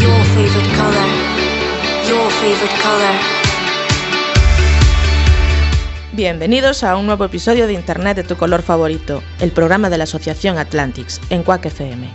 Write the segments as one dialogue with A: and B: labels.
A: your favorite color. Your favorite color.
B: Bienvenidos a un nuevo episodio de Internet de tu color favorito, el programa de la Asociación Atlantics en Quack FM.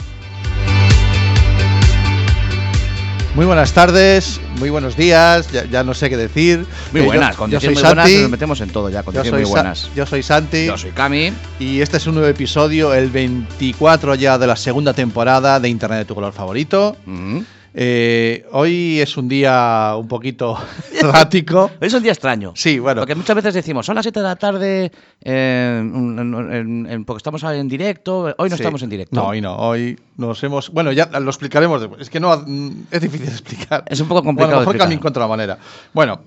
C: Muy buenas tardes, muy buenos días, ya, ya no sé qué decir.
D: Muy
C: Eh, yo-
D: buenas,
C: yo,
D: con decir
C: soy
D: muy buenas
C: Santi,
D: nos metemos en todo ya, con
C: yo
D: decir
C: soy
D: muy
C: Sa-
D: buenas.
C: yo soy Santi
D: Yo soy Cami.
C: y este es un nuevo episodio, el 24 ya de la segunda temporada de Internet de tu color favorito.
D: Mm.
C: Eh, hoy es un día un poquito errático.
D: Hoy es un día extraño.
C: Sí, bueno.
D: Porque muchas veces decimos, son las 7 de la tarde, eh, en- en- en- en- porque estamos en directo. Hoy no
C: Sí.
D: estamos en directo.
C: No, hoy no. Hoy nos hemos. Bueno, ya lo explicaremos después. Es que no. mm, Es difícil de explicar.
D: Es un poco
C: Bueno,
D: complicado
C: a lo mejor
D: de
C: Cami
D: explicar.
C: encuentra la manera. Bueno,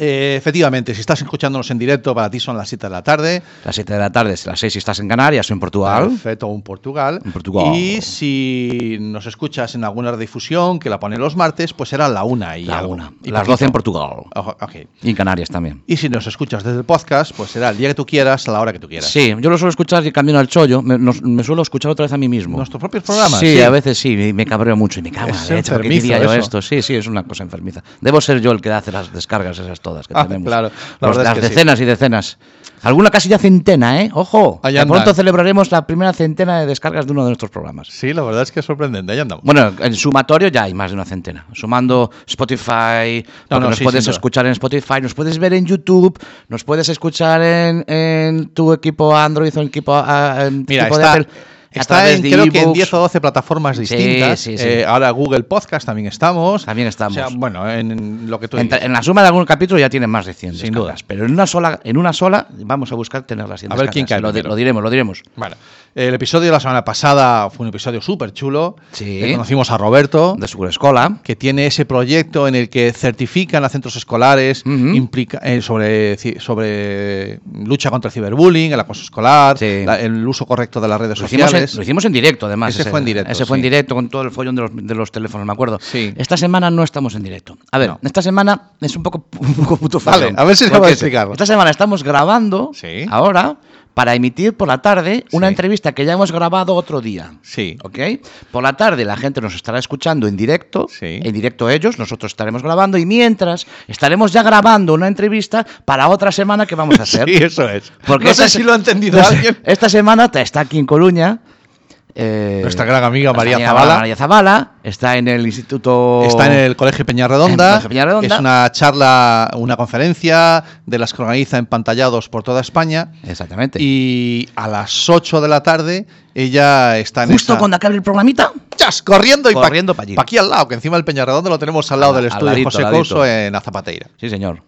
C: eh, efectivamente, si estás escuchándonos en directo, para ti son las 7 de la tarde.
D: Las 7 de la tarde, las 6 si estás en Canarias o en Portugal.
C: Perfecto, en Portugal.
D: En Portugal.
C: Y si nos escuchas en alguna difusión que la ponen los martes, pues será la una y
D: La
C: algo.
D: una.
C: Y
D: Las
C: poquito.
D: 12 en Portugal.
C: Ojo, ok.
D: Y en Canarias también.
C: Y si nos escuchas desde el podcast, pues será el día que tú quieras, a la hora que tú quieras.
D: Sí, yo lo suelo escuchar y camino al chollo. Me, nos- me suelo escuchar otra vez a mí mismo.
C: Nuestros propios programas,
D: Sí,
C: sí.
D: a veces sí, y me cabreo mucho y me cago en la
C: Es
D: leche. ¿por qué
C: enfermizo
D: diría yo
C: eso.
D: esto? Sí, sí, es una cosa enfermiza. Debo ser yo el que hace las descargas esas todas que
C: Ah,
D: tenemos.
C: claro, la
D: Los-
C: verdad es
D: las
C: que sí.
D: decenas y decenas. Alguna casi ya centena, ¿eh? Ojo.
C: Ahí
D: de
C: andan.
D: pronto celebraremos la primera centena de descargas de uno de nuestros programas.
C: Sí, la verdad es que es sorprendente. Ahí andamos.
D: Bueno, en sumatorio ya hay más de una centena. Sumando Spotify,
C: no,
D: porque nos
C: sí, sin
D: puedes
C: duda.
D: escuchar en Spotify, nos puedes ver en YouTube, nos puedes escuchar en, en tu equipo Android o en equipo, ah, en tu
C: Mira,
D: equipo
C: está,
D: de Apple. a
C: está
D: través
C: en,
D: de
C: creo que en
D: ebooks.
C: 10 o 12 plataformas distintas.
D: sí, sí.
C: Eh, ahora Google Podcast también estamos.
D: También estamos.
C: O sea, bueno, en, en lo que tú
D: en,
C: digas.
D: en la suma de algún capítulo ya tienen más de 100
C: Sin
D: descargas, pero en una sola en una sola vamos a buscar tener las 100
C: A ver quién
D: descargas.
C: cae
D: lo, di-
C: primero.
D: lo diremos, lo diremos.
C: Bueno, el episodio de la semana pasada fue un episodio súper chulo.
D: Sí.
C: Conocimos a Roberto.
D: De su escuela.
C: que tiene ese proyecto en el que certifican a centros escolares
D: Ujú.
C: implica- eh, sobre, ci- sobre lucha contra el ciberbullying, el acoso escolar,
D: Sí.
C: la- el uso correcto de las redes
D: Lo hicimos, en,
C: sociales.
D: lo hicimos en directo, además.
C: Ese fue en directo,
D: Ese fue en
C: sí.
D: directo con todo el follón de los, de los teléfonos, me acuerdo.
C: Sí.
D: Esta semana no estamos en directo. A ver,
C: No.
D: esta semana es un poco, un poco puto
C: Vale,
D: follón.
C: a ver si acabo
D: Porque
C: de explicarlo.
D: Esta semana estamos grabando
C: Sí.
D: ahora para emitir por la tarde una
C: Sí.
D: entrevista que ya hemos grabado otro día.
C: Sí.
D: ¿Ok? Por la tarde la gente nos estará escuchando en directo.
C: Sí.
D: En directo ellos, nosotros estaremos grabando y mientras estaremos ya grabando una entrevista para otra semana que vamos a hacer.
C: Sí, eso es.
D: Porque
C: no sé
D: esta se-
C: si lo ha entendido
D: no sé,
C: alguien.
D: Esta semana ta- está aquí en Coruña. eh,
C: Nuestra gran amiga
D: nuestra
C: María
D: amiga
C: Zabala.
D: María Zabala. Está en el instituto.
C: Está en el Colegio
D: en el
C: Peñarredonda.
D: Colegio Peñarredonda.
C: Es una charla, una conferencia de las que organiza Empantallados por toda España.
D: Exactamente.
C: Y a las 8 de la tarde ella está en
D: justo
C: esa-
D: cuando acabe el programita.
C: ¡Chas! Corriendo y pa-
D: Corriendo pa allí.
C: pa' aquí al lado, que encima el Peñarredondo lo tenemos al lado
D: Al-
C: del
D: al
C: estudio de
D: ladito,
C: José
D: al ladito.
C: Couso en Azapateira.
D: Sí, señor.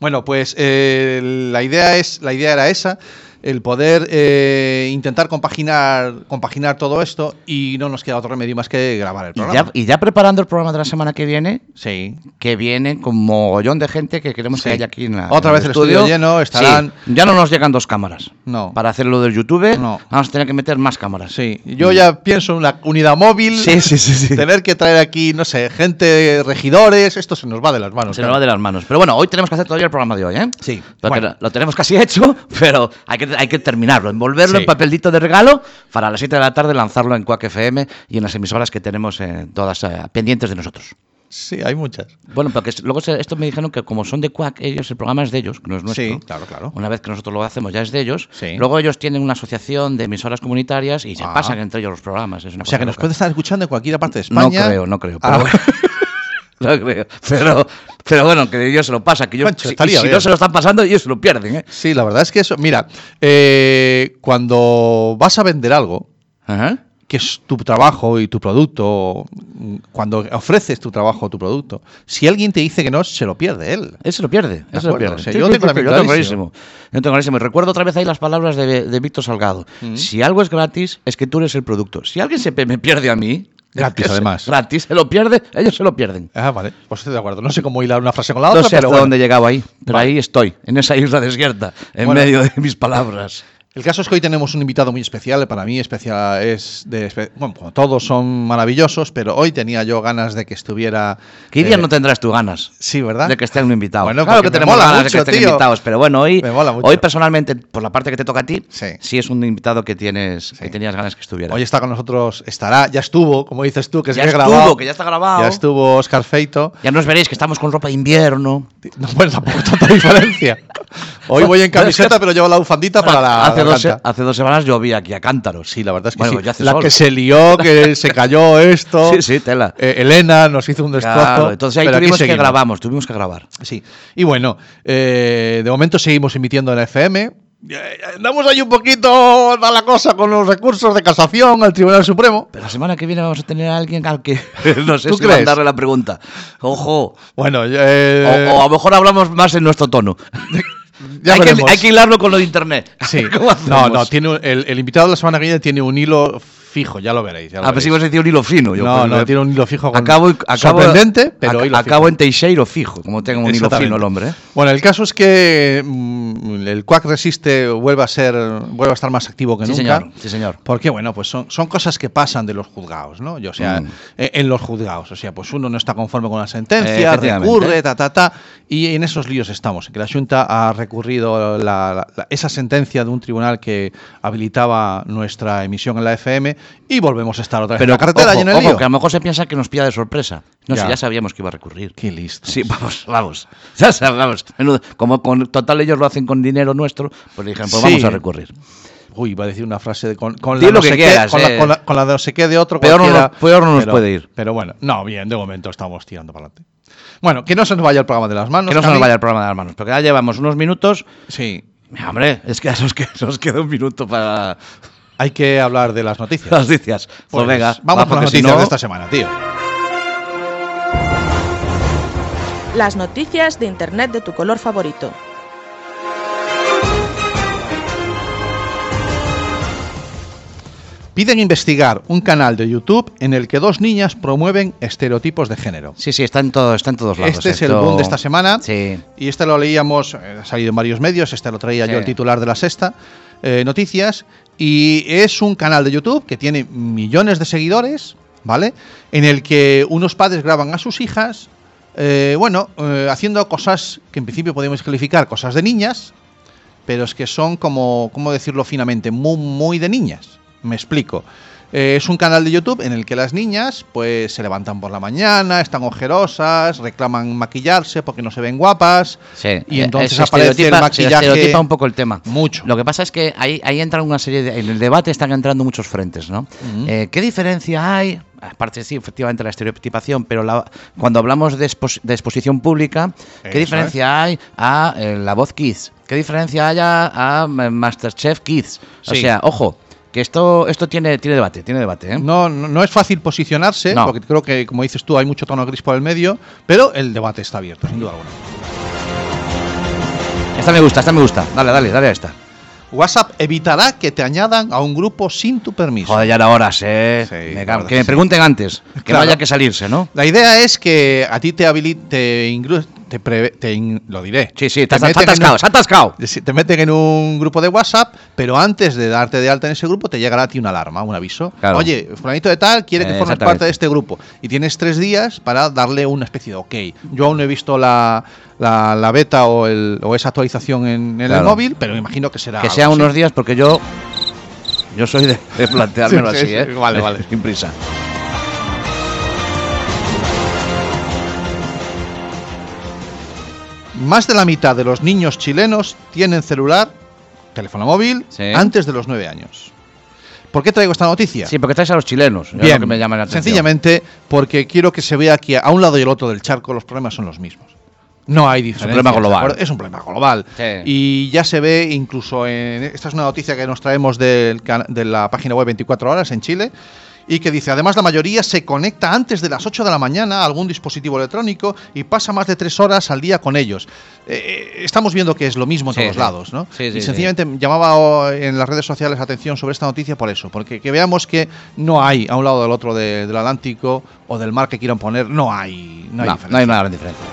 C: Bueno, pues eh, la, idea es, la idea era esa, el poder eh, intentar compaginar, compaginar todo esto y no nos queda otro remedio más que grabar el
D: Y ya,
C: programa.
D: y ya preparando el programa de la semana que viene.
C: Sí.
D: Que viene con mogollón de gente que queremos
C: Sí.
D: que haya aquí en la-
C: Otra
D: en
C: vez el estudio lleno, estarán-
D: Sí, ya no nos llegan dos cámaras.
C: No.
D: Para hacer lo del YouTube,
C: No.
D: vamos a tener que meter más cámaras.
C: Sí, yo ya pienso en una unidad móvil,
D: Sí, sí, sí, sí.
C: tener que traer aquí, no sé, gente, regidores, esto se nos va de las manos.
D: Se
C: claro.
D: nos va de las manos. Pero bueno, hoy tenemos que hacer todavía el programa de hoy, ¿eh?
C: Sí.
D: Porque
C: Bueno.
D: Lo tenemos casi hecho, pero hay que, hay que terminarlo, envolverlo
C: Sí.
D: en papelito de regalo para a las 7 de la tarde lanzarlo en Quack FM y en las emisoras que tenemos eh, todas eh, pendientes de nosotros.
C: Sí, hay muchas.
D: Bueno, porque es- luego se- esto me dijeron que como son de Quack, ellos el programa es de ellos, que no es nuestro.
C: Sí, claro, claro.
D: Una vez que nosotros lo hacemos ya es de ellos.
C: Sí.
D: Luego ellos tienen una asociación de emisoras comunitarias y se
C: Ah.
D: pasan entre ellos los programas. Es una
C: O sea,
D: cosa
C: que nos
D: loca.
C: pueden estar escuchando en cualquier parte de España.
D: No creo, no creo.
C: Ah,
D: Pero bueno. No creo. Pero, pero bueno, que ellos se lo pasan. Que yo,
C: Pancho,
D: si- y
C: estaría
D: si
C: bien.
D: no se lo están pasando, ellos se lo pierden. ¿eh?
C: Sí, la verdad es que eso. Mira, eh, cuando vas a vender algo,
D: Ajá.
C: que es tu trabajo y tu producto, mm, cuando ofreces tu trabajo o tu producto, si alguien te dice que no, se lo pierde él.
D: Él se lo pierde.
C: De
D: Él se lo
C: acuerdo,
D: pierde.
C: o sea, yo tengo también clarísimo.
D: clarísimo. Yo tengo clarísimo. Y Recuerdo otra vez ahí las palabras Mm. de, de Víctor Salgado. Si algo es gratis, es que tú eres el producto. Si alguien se pe- me pierde a mí, Gratis.
C: además.
D: Gratis. Se lo pierde, ellos se lo pierden.
C: Ah, vale. Pues estoy de acuerdo. No sé cómo hilar una frase con la otra,
D: No sé
C: pero
D: hasta
C: bueno.
D: dónde he llegado ahí, pero
C: Vale.
D: ahí estoy, en esa isla desierta, en
C: Bueno.
D: medio de mis palabras.
C: El caso es que hoy tenemos un invitado muy especial. Para mí, especial es de. espe- Bueno, como todos son maravillosos, pero hoy tenía yo ganas de que estuviera.
D: ¿Qué día
C: eh,
D: no tendrás tú ganas?
C: Sí, ¿verdad?
D: De que estén invitados.
C: Bueno,
D: claro
C: porque
D: que
C: me
D: tenemos
C: mola
D: ganas
C: mucho,
D: de que estén
C: tío.
D: invitados, pero bueno, hoy,
C: Me mola mucho.
D: hoy personalmente, por la parte que te toca a ti,
C: Sí.
D: sí, es un invitado que tienes, que
C: Sí.
D: tenías ganas que estuviera.
C: Hoy está con nosotros, estará, ya estuvo, como dices tú, que se
D: ya
C: que he
D: estuvo,
C: grabado.
D: que ya está grabado.
C: Ya estuvo Oscar Feito.
D: Ya nos veréis que estamos con ropa de invierno.
C: No, bueno, tampoco tanta diferencia. Hoy voy en camiseta, pero llevo la bufandita para la.
D: hace, dos,
C: garganta.
D: hace dos semanas llovía aquí a cántaros.
C: Sí, la verdad es que
D: Bueno, pues
C: sí.
D: ya hace
C: la
D: sol.
C: que se lió, que se cayó esto.
D: Sí, sí, tela.
C: Eh, Elena nos hizo un destrozo.
D: Claro, entonces ahí
C: pero aquí
D: tuvimos que
C: seguimos.
D: grabamos, tuvimos que grabar.
C: Sí. Y bueno, eh, de momento seguimos emitiendo en la FM. Eh, Andamos ahí un poquito a la cosa con los recursos de casación al Tribunal Supremo.
D: Pero la semana que viene vamos a tener a alguien al que no sé
C: ¿Tú
D: si
C: crees?
D: mandarle la pregunta. Ojo.
C: Bueno,
D: O,
C: eh,
D: o a lo mejor hablamos más en nuestro tono.
C: ya
D: hay, que,
C: veremos.
D: hay que hilarlo con lo de internet.
C: Sí.
D: ¿Cómo hacemos?
C: No, no, tiene un- el, el invitado de la semana que viene tiene un hilo fijo, ya lo veréis. ya lo
D: A ver
C: veréis.
D: si ibas a decir un hilo fino. yo
C: no,
D: creo.
C: no, tiene un hilo fijo. con-
D: Acabo, acabo,
C: sorprendente, pero
D: ac-
C: hilo fijo.
D: acabo en Teixeiro fijo, como tengo un hilo
C: Exactamente.
D: fino el hombre. ¿eh?
C: Bueno, el caso es que mm, el Quack Resiste vuelve a ser vuelve a estar más activo que
D: Sí,
C: nunca.
D: señor. Sí, señor.
C: Porque, bueno, pues son, son cosas que pasan de los juzgados, ¿no? Y, o sea,
D: Mm.
C: eh, en los juzgados. O sea, pues uno no está conforme con la
D: Eh,
C: sentencia,
D: efectivamente.
C: recurre, ta, ta, ta. Y en esos líos estamos. Que la Junta ha recurrido la- la- la- esa sentencia de un tribunal que habilitaba nuestra emisión en la FM y volvemos a estar otra vez en la carretera
D: ojo,
C: llena de
D: ojo,
C: lío.
D: que a lo mejor se piensa que nos pilla de sorpresa. No,
C: Ya.
D: si ya sabíamos que iba a recurrir.
C: Qué listo.
D: Sí, vamos, vamos. Ya sabes, vamos. Menudo- Como con total ellos lo hacen con dinero nuestro, pues dijeron, pues
C: Sí.
D: vamos a recurrir.
C: Uy, iba a decir una frase de con, con
D: Di
C: la
D: lo
C: no
D: que
C: sé
D: quieras,
C: qué, con, la,
D: eh.
C: con la- con la de no sé qué de otro
D: Peor no nos-
C: cualquiera,
D: peor no nos
C: pero-
D: puede ir.
C: Pero bueno, no, bien, de momento estamos tirando para adelante. Bueno, que no se nos vaya el programa de las manos.
D: que no se
C: Cami.
D: nos vaya el programa de las manos, porque ya llevamos unos minutos.
C: Sí,
D: Hombre, es que ya nos, que- nos queda un minuto para
C: hay que hablar de las noticias.
D: las noticias. Pues,
C: Pues,
D: venga,
C: vamos
D: va,
C: con las
D: porque si
C: noticias
D: no-
C: de esta semana, tío.
B: Las noticias de Internet de tu color favorito.
C: Piden investigar un canal de YouTube en el que dos niñas promueven estereotipos de género.
D: Sí, sí, está en, todo, está en todos lados.
C: Este es el
D: esto-
C: boom de esta semana.
D: Sí.
C: Y este lo leíamos, eh, ha salido en varios medios, este lo traía
D: Sí.
C: yo el titular de la sexta, eh, Noticias, y es un canal de YouTube que tiene millones de seguidores, ¿vale? En el que unos padres graban a sus hijas, eh, bueno, eh, haciendo cosas que en principio podemos calificar cosas de niñas, pero es que son como, ¿cómo decirlo finamente? Muy, muy de niñas. Me explico. Eh, es un canal de YouTube en el que las niñas pues se levantan por la mañana, están ojerosas, reclaman maquillarse porque no se ven guapas.
D: Sí.
C: Y
D: Eh,
C: entonces
D: se
C: aparece el
D: estereotipa-
C: maquillaje-
D: Se estereotipa un poco el tema.
C: Mucho.
D: Lo que pasa es que ahí, ahí entra una serie de. En el debate están entrando muchos frentes, ¿no?
C: Ujú.
D: Eh, ¿Qué diferencia hay? Aparte, sí, efectivamente, la estereotipación, pero la- cuando hablamos de, expos- de exposición pública, ¿qué
C: Eso
D: diferencia hay a eh, La Voz Kids? ¿Qué diferencia hay a, a Masterchef Kids? O
C: Sí.
D: sea, ojo, que esto, esto tiene, tiene debate, tiene debate, ¿eh?
C: No, no, no es fácil posicionarse,
D: No.
C: porque creo que, como dices tú, hay mucho tono gris por el medio, pero el debate está abierto, sin duda alguna.
D: Esta me gusta, esta me gusta. Dale, dale, dale a esta.
C: WhatsApp evitará que te añadan a un grupo sin tu permiso.
D: Joder, ya era horas, ¿eh?
C: Sí,
D: Me
C: la
D: cago-
C: verdad
D: que
C: que
D: me
C: sí.
D: pregunten antes, que
C: Claro.
D: no haya que salirse, ¿no?
C: La idea es que a ti te habilite, te, ingru- te, preve- te in- lo diré.
D: Sí, sí, te has
C: meten en
D: atascado,
C: un-
D: se ha atascado.
C: Es decir, Te meten en un grupo de WhatsApp, pero antes de darte de alta en ese grupo te llegará a ti una alarma, un aviso.
D: Claro.
C: Oye, fulanito de tal quiere que
D: Eh,
C: formes
D: exactamente.
C: parte de este grupo. Y tienes tres días para darle una especie de ok. Yo aún no he visto la, la, la beta o, el- o esa actualización en, en el
D: Claro.
C: móvil, pero me imagino que será...
D: Que
C: algo
D: sea
C: así.
D: unos días, porque yo. Yo soy de, de planteármelo
C: Sí,
D: así,
C: sí,
D: ¿eh?
C: sí, vale, vale.
D: Sin prisa.
C: Más de la mitad de los niños chilenos tienen celular, teléfono móvil,
D: Sí.
C: antes de los nueve años. ¿Por qué traigo esta noticia?
D: Sí, porque traes a los chilenos. yo
C: Bien,
D: lo que me llama la atención.
C: sencillamente porque quiero que se vea que a un lado y el otro del charco los problemas son los mismos. No hay diferencia.
D: problema global.
C: Es un problema global.
D: Sí.
C: Y ya se ve incluso en... Esta es una noticia que nos traemos del can- de la página web 24 horas en Chile. y que dice, además la mayoría se conecta antes de las 8 de la mañana a algún dispositivo electrónico y pasa más de 3 horas al día con ellos. Eh, eh, estamos viendo que es lo mismo en
D: Sí,
C: todos
D: sí.
C: lados, ¿no?
D: Sí, sí,
C: y
D: sí.
C: sencillamente llamaba oh, en las redes sociales la atención sobre esta noticia por eso, porque que veamos que no hay a un lado o del otro de- del Atlántico o del mar que quieran poner, no hay, no hay
D: No,
C: diferencia.
D: no hay una gran diferencia.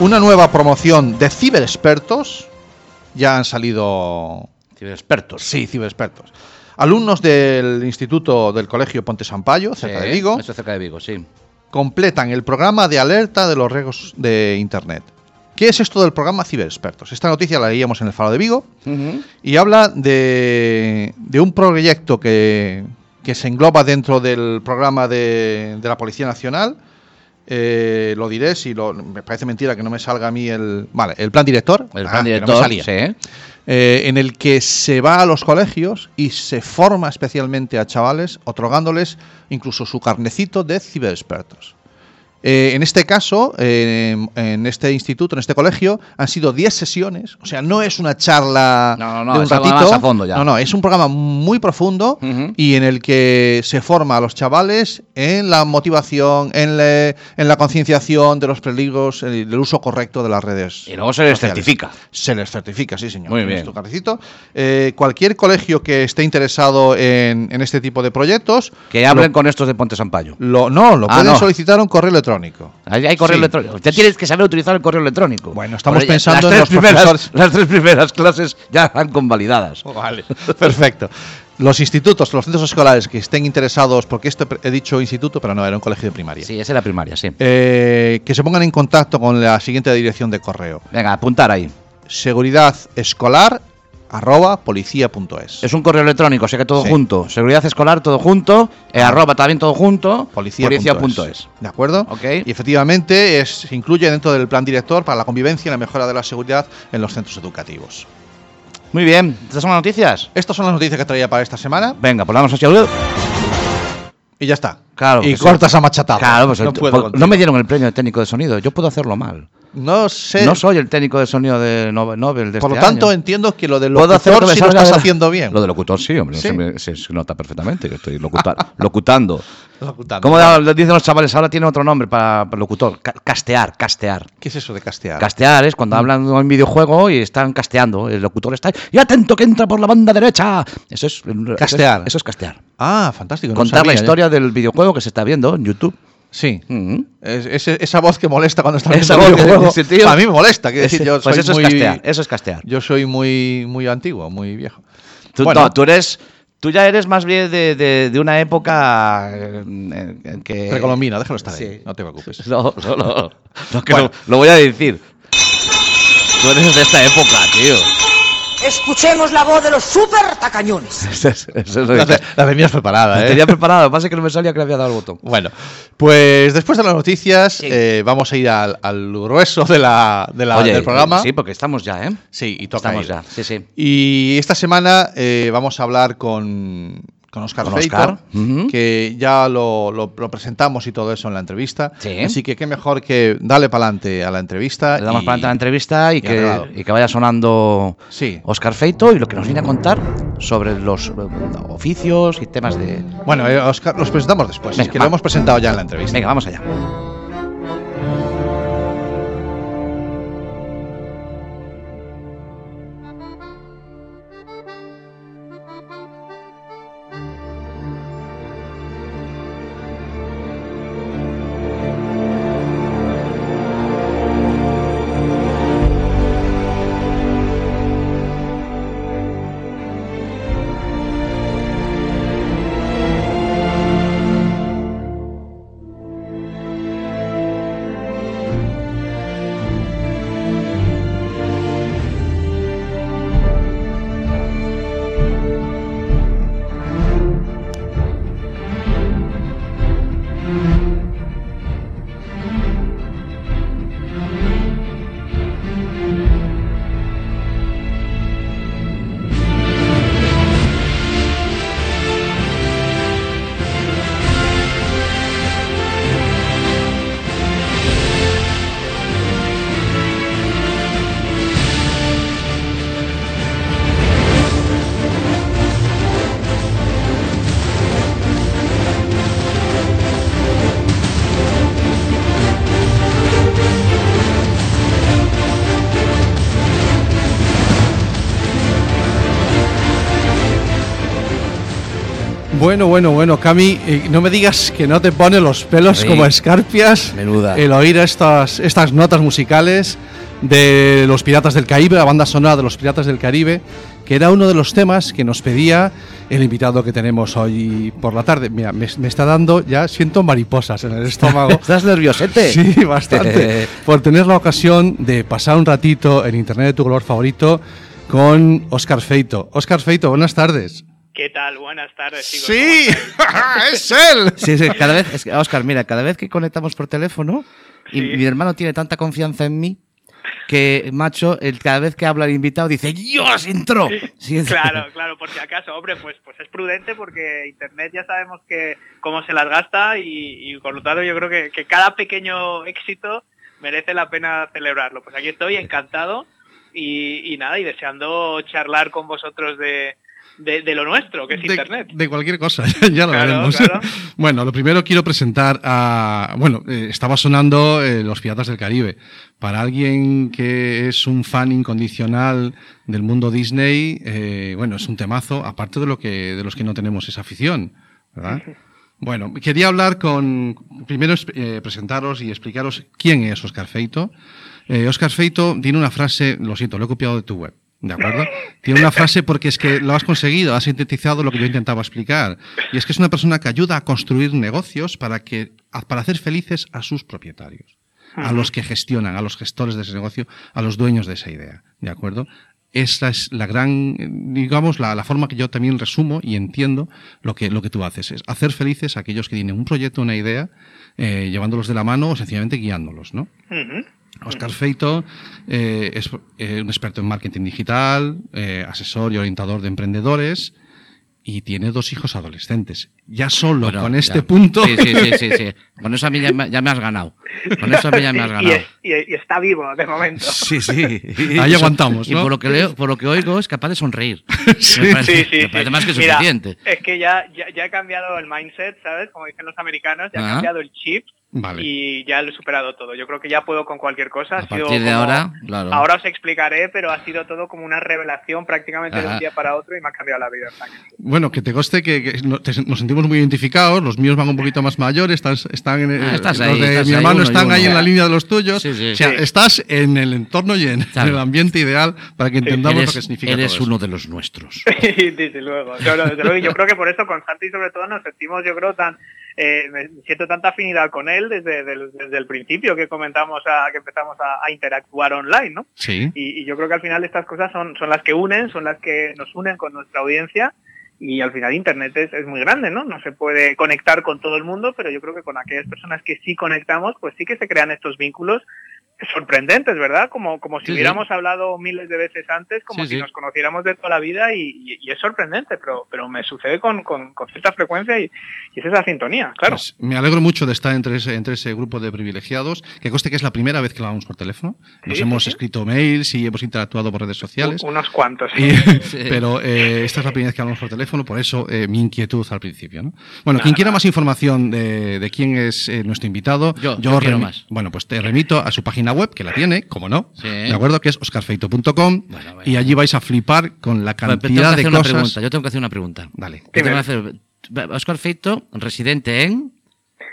C: Una nueva promoción de ciberexpertos. Ya han salido.
D: Ciberexpertos.
C: Sí, ciberexpertos. Alumnos del Instituto del Colegio Ponte Sampaio, cerca de Vigo,
D: Eso cerca de Vigo, sí.
C: completan el programa de alerta de los riesgos de Internet. ¿Qué es esto del programa Ciberexpertos? Esta noticia la leíamos en el Faro de Vigo y habla de, de un proyecto que, que se engloba dentro del programa de, de la Policía Nacional. Eh, lo diré si lo- me parece mentira que no me salga a mí el. Vale, el plan director.
D: El
C: Ah,
D: plan
C: que no me
D: director,
C: salía.
D: sí.
C: Eh, en el que se va a los colegios y se forma especialmente a chavales, otorgándoles incluso su carnecito de ciberexpertos. Eh, en este caso, eh, en este instituto, en este colegio, han sido 10 sesiones. O sea, no es una charla
D: No, no, no,
C: de un
D: es algo
C: ratito.
D: más a fondo ya.
C: No, no, es un programa muy profundo
D: Ujú.
C: y en el que se forma a los chavales en la motivación, en, le- en la concienciación de los peligros, el, del uso correcto de las redes.
D: Y luego se les
C: sociales.
D: certifica.
C: Se les certifica, sí, señor.
D: Muy
C: Tienes
D: bien.
C: tu cartecito. Eh, cualquier colegio que esté interesado en, en este tipo de proyectos.
D: Que hablen con estos de Ponte Sampaio.
C: Lo, no, lo
D: Ah,
C: pueden
D: no.
C: solicitar a un correo electrónico.
D: Hay, hay correo
C: Sí.
D: electrónico. Usted tiene que saber utilizar el correo electrónico.
C: Bueno, estamos
D: Porque ya-
C: pensando en
D: las
C: los
D: tres primeras,
C: profesores.
D: Las tres primeras clases ya están convalidadas.
C: Vale, perfecto. Los institutos, los centros escolares que estén interesados, porque esto he dicho instituto, pero no, era un colegio de primaria.
D: Sí, esa es la primaria, sí.
C: Eh, que se pongan en contacto con la siguiente dirección de correo.
D: Venga, apuntar ahí.
C: Seguridad escolar arroba policía.es.
D: Es un correo electrónico, sé que todo
C: Sí.
D: junto. Seguridad escolar, todo junto. eh, arroba también todo junto. policía.es.
C: ¿De acuerdo?
D: Ok.
C: Y efectivamente es, se incluye dentro del plan director para la convivencia y la mejora de la seguridad en los centros educativos.
D: Muy bien, estas son las noticias.
C: Estas son las noticias que traía para esta semana
D: Venga, pues vamos hacia el...
C: y ya está.
D: Claro
C: Y
D: que sí.
C: cortas a machatado.
D: Claro, pues el-
C: no,
D: po-
C: puedo
D: no,
C: contigo.
D: me dieron el premio de técnico de sonido. Yo puedo hacerlo mal.
C: No sé.
D: No soy el técnico de sonido de Nobel Nobel de
C: Por lo
D: este
C: tanto,
D: año.
C: entiendo que lo del
D: Puedo hacer
C: locutor
D: que me
C: sí lo
D: salga
C: estás
D: de la-
C: haciendo bien.
D: Lo de locutor, sí, hombre.
C: Sí.
D: Se, me- se- se nota perfectamente que estoy locuta- locutando.
C: Locutando.
D: Como dicen los chavales, ahora tiene otro nombre para, para locutor. Ca- castear, castear.
C: ¿Qué es eso de castear?
D: Castear es
C: Mm.
D: cuando hablan de un videojuego y están casteando. El locutor está. ¡Y atento que entra por la banda derecha! Eso es. eso es-
C: Castear.
D: Eso es, castear.
C: ah, fantástico. no
D: Contar
C: sabía
D: la
C: yo.
D: historia del videojuego que se está viendo en YouTube.
C: Sí.
D: Mm.
C: Es- es- esa voz que molesta cuando está viendo
D: Esa voz que
C: videojuegos.
D: dice, tío.
C: A mí me molesta. quiero
D: Ese-
C: decir, yo
D: pues
C: soy
D: eso
C: muy-
D: es castear. Eso es castear.
C: Yo soy muy, muy antiguo, muy viejo.
D: Tú,
C: Bueno.
D: no, tú eres. Tú ya eres más bien de, de- de una época eh, en- en que.
C: Precolombina, déjalo estar ahí.
D: sí.
C: No te preocupes.
D: No, no, no. No, que
C: Bueno.
D: lo, lo voy a decir. Tú eres de esta época, tío.
E: Escuchemos la voz de los super tacañones.
D: Eso es- eso es lo que-
C: La, te- la tenías preparada,
D: Lo
C: ¿eh?
D: tenía preparado, lo que pasa es que no me salía que le había dado el botón.
C: Bueno, pues después de las noticias eh, vamos a ir al, al grueso de la, de la- del programa.
D: Sí, porque estamos ya, ¿eh?
C: Sí, y toca
D: Estamos
C: ir.
D: ya, sí, sí.
C: Y esta semana eh, vamos a hablar con, con Oscar
D: Con
C: Feito,
D: Óscar, ujú.
C: que ya lo, lo- lo presentamos y todo eso en la entrevista.
D: Sí.
C: Así que qué mejor que darle para adelante a la entrevista.
D: Le damos
C: Ah, y-
D: para adelante la entrevista y
C: y arreglado.
D: que, y que vaya sonando
C: Sí.
D: Oscar Feito y lo que nos viene a contar sobre los eh, oficios y temas de.
C: Bueno, eh, Óscar, los presentamos después, es
D: Venga,
C: que
D: va.
C: lo hemos presentado ya en la entrevista.
D: Venga, vamos allá.
F: Bueno, bueno, bueno, Cami, eh, no me digas que no te pone los pelos
D: Sí.
F: como escarpias
D: Menuda.
F: el oír estas, estas notas musicales de Los Piratas del Caribe, la banda sonora de Los Piratas del Caribe, que era uno de los temas que nos pedía el invitado que tenemos hoy por la tarde. Mira, me, me está dando ya, siento mariposas en el estómago.
D: ¿Estás nerviosete?
F: Sí, bastante. Por tener la ocasión de pasar un ratito en Internet de tu color favorito con Oscar Feito. Oscar Feito, buenas tardes.
G: ¿Qué tal? Buenas tardes, chicos.
F: Sí, es él.
D: Sí, sí, cada vez, es que, Oscar, mira, cada vez que conectamos por teléfono, y
G: Sí.
D: mi hermano tiene tanta confianza en mí que, macho, él, cada vez que habla el invitado dice, ¡Dios, entró! Sí, es-
G: Claro, claro, por si acaso, hombre, pues, pues es prudente porque Internet ya sabemos que cómo se las gasta y, y por lo tanto yo creo que, que cada pequeño éxito merece la pena celebrarlo. Pues aquí estoy encantado y, y nada, y deseando charlar con vosotros de, de- de lo nuestro, que es
F: de,
G: Internet.
F: de cualquier cosa, ya lo
G: Claro,
F: veremos.
G: claro.
F: Bueno, lo primero quiero presentar a. Bueno, eh, estaba sonando eh, Los Piratas del Caribe. Para alguien que es un fan incondicional del mundo Disney, eh, bueno, es un temazo, aparte de, lo que, de los que no tenemos esa afición, ¿verdad? Bueno, quería hablar con. Primero es- eh, presentaros y explicaros quién es Oscar Feito. Eh, Oscar Feito tiene una frase, lo siento, lo he copiado de tu web, ¿de acuerdo? Tiene una frase porque es que lo has conseguido, has sintetizado lo que yo intentaba explicar. Y es que es una persona que ayuda a construir negocios para, que, a- para hacer felices a sus propietarios, a los que gestionan, a los gestores de ese negocio, a los dueños de esa idea, ¿de acuerdo? Esa es la gran, eh, digamos, la, la forma que yo también resumo y entiendo lo que, lo que tú haces. Es hacer felices a aquellos que tienen un proyecto, una idea, eh, llevándolos de la mano o sencillamente guiándolos, ¿no?
G: Ujú.
F: Oscar Feito eh, es eh, un experto en marketing digital, eh, asesor y orientador de emprendedores y tiene dos hijos adolescentes. Ya solo
D: Bueno,
F: con
D: ya.
F: este punto.
D: Sí, sí, sí, sí, sí. Con eso a mí ya me, ya me has ganado. Con eso a mí ya me has
G: Y,
D: ganado.
G: es- y- y está vivo de momento.
D: Sí, sí.
F: Ahí aguantamos,
D: Y
F: ¿no?
D: por lo, que leo, por lo que oigo es capaz de sonreír.
F: Sí.
D: Me parece,
G: Sí, sí,
D: me parece
G: sí.
D: más que
G: Mira,
D: suficiente.
G: es que ya, ya, ya he cambiado el mindset, ¿sabes? Como dicen los americanos, ya he
D: Ajá.
G: cambiado el chip
F: Vale.
G: y ya lo he superado todo. Yo creo que ya puedo con cualquier cosa. Ha
D: A
G: sido
D: partir de
G: como-
D: ahora, claro.
G: Ahora os explicaré, pero ha sido todo como una revelación prácticamente de
D: Ajá.
G: un día para otro y me ha cambiado la vida. o sea que-
F: Bueno, que te coste que, que no- te- nos sentimos muy identificados. Los míos van un poquito más mayores, estás- están en el-
D: Ah, estás
F: los
D: ahí,
F: de
D: estás
F: mi
D: ahí,
F: hermano
D: uno y
F: están ahí
D: uno.
F: en la línea de los tuyos.
D: Sí, sí.
F: O sea,
G: Sí.
F: estás en el entorno y en,
D: Claro.
F: el ambiente ideal para que entendamos
D: eres
F: lo que significa
D: eres
F: todo esto.
D: uno de los nuestros.
G: desde luego. No, no, desde luego. Y yo creo que por eso con Santi sobre todo nos sentimos, yo creo, tan... eh, me siento tanta afinidad con él desde, del- desde el principio que comentamos, a, que empezamos a- a interactuar online, ¿no?
F: Sí.
G: Y, y yo creo que al final estas cosas son, son las que unen, son las que nos unen con nuestra audiencia y al final Internet es, es muy grande, ¿no? No se puede conectar con todo el mundo, pero yo creo que con aquellas personas que sí conectamos, pues sí que se crean estos vínculos sorprendentes, ¿verdad? Como, como si
D: Sí, sí.
G: hubiéramos hablado miles de veces antes, como
D: Sí,
G: si
D: sí.
G: nos conociéramos de toda la vida y, y- y es sorprendente, pero, pero me sucede con, con- con cierta frecuencia y, y es esa sintonía, claro.
F: Pues me alegro mucho de estar entre ese, entre ese grupo de privilegiados, que conste que es la primera vez que lo hablamos por teléfono. Nos
G: Sí, pues
F: hemos
G: sí, Oh, sí.
F: escrito mails y hemos interactuado por redes sociales.
G: U- unos cuantos.
F: Y-
D: Sí.
F: Pero eh, esta es la primera vez que hablamos por teléfono, por eso eh, mi inquietud al principio. ¿no? Bueno, quien quiera más información de, de quién es eh, nuestro invitado,
D: Yo, yo quiero
F: remi-
D: más.
F: Bueno, pues te remito a su página web, que la tiene, como no,
D: Sí.
F: ¿de acuerdo? Que es oscarfeito.com
D: Bueno, bueno. Pues,
F: y allí vais a flipar con la
D: Pero tengo que
F: cantidad
D: hacer
F: de
D: una
F: cosas.
D: pregunta. Yo tengo que hacer una pregunta.
F: Dale.
D: Yo tengo que
G: Dime.
D: hacer- Oscar Feito, residente en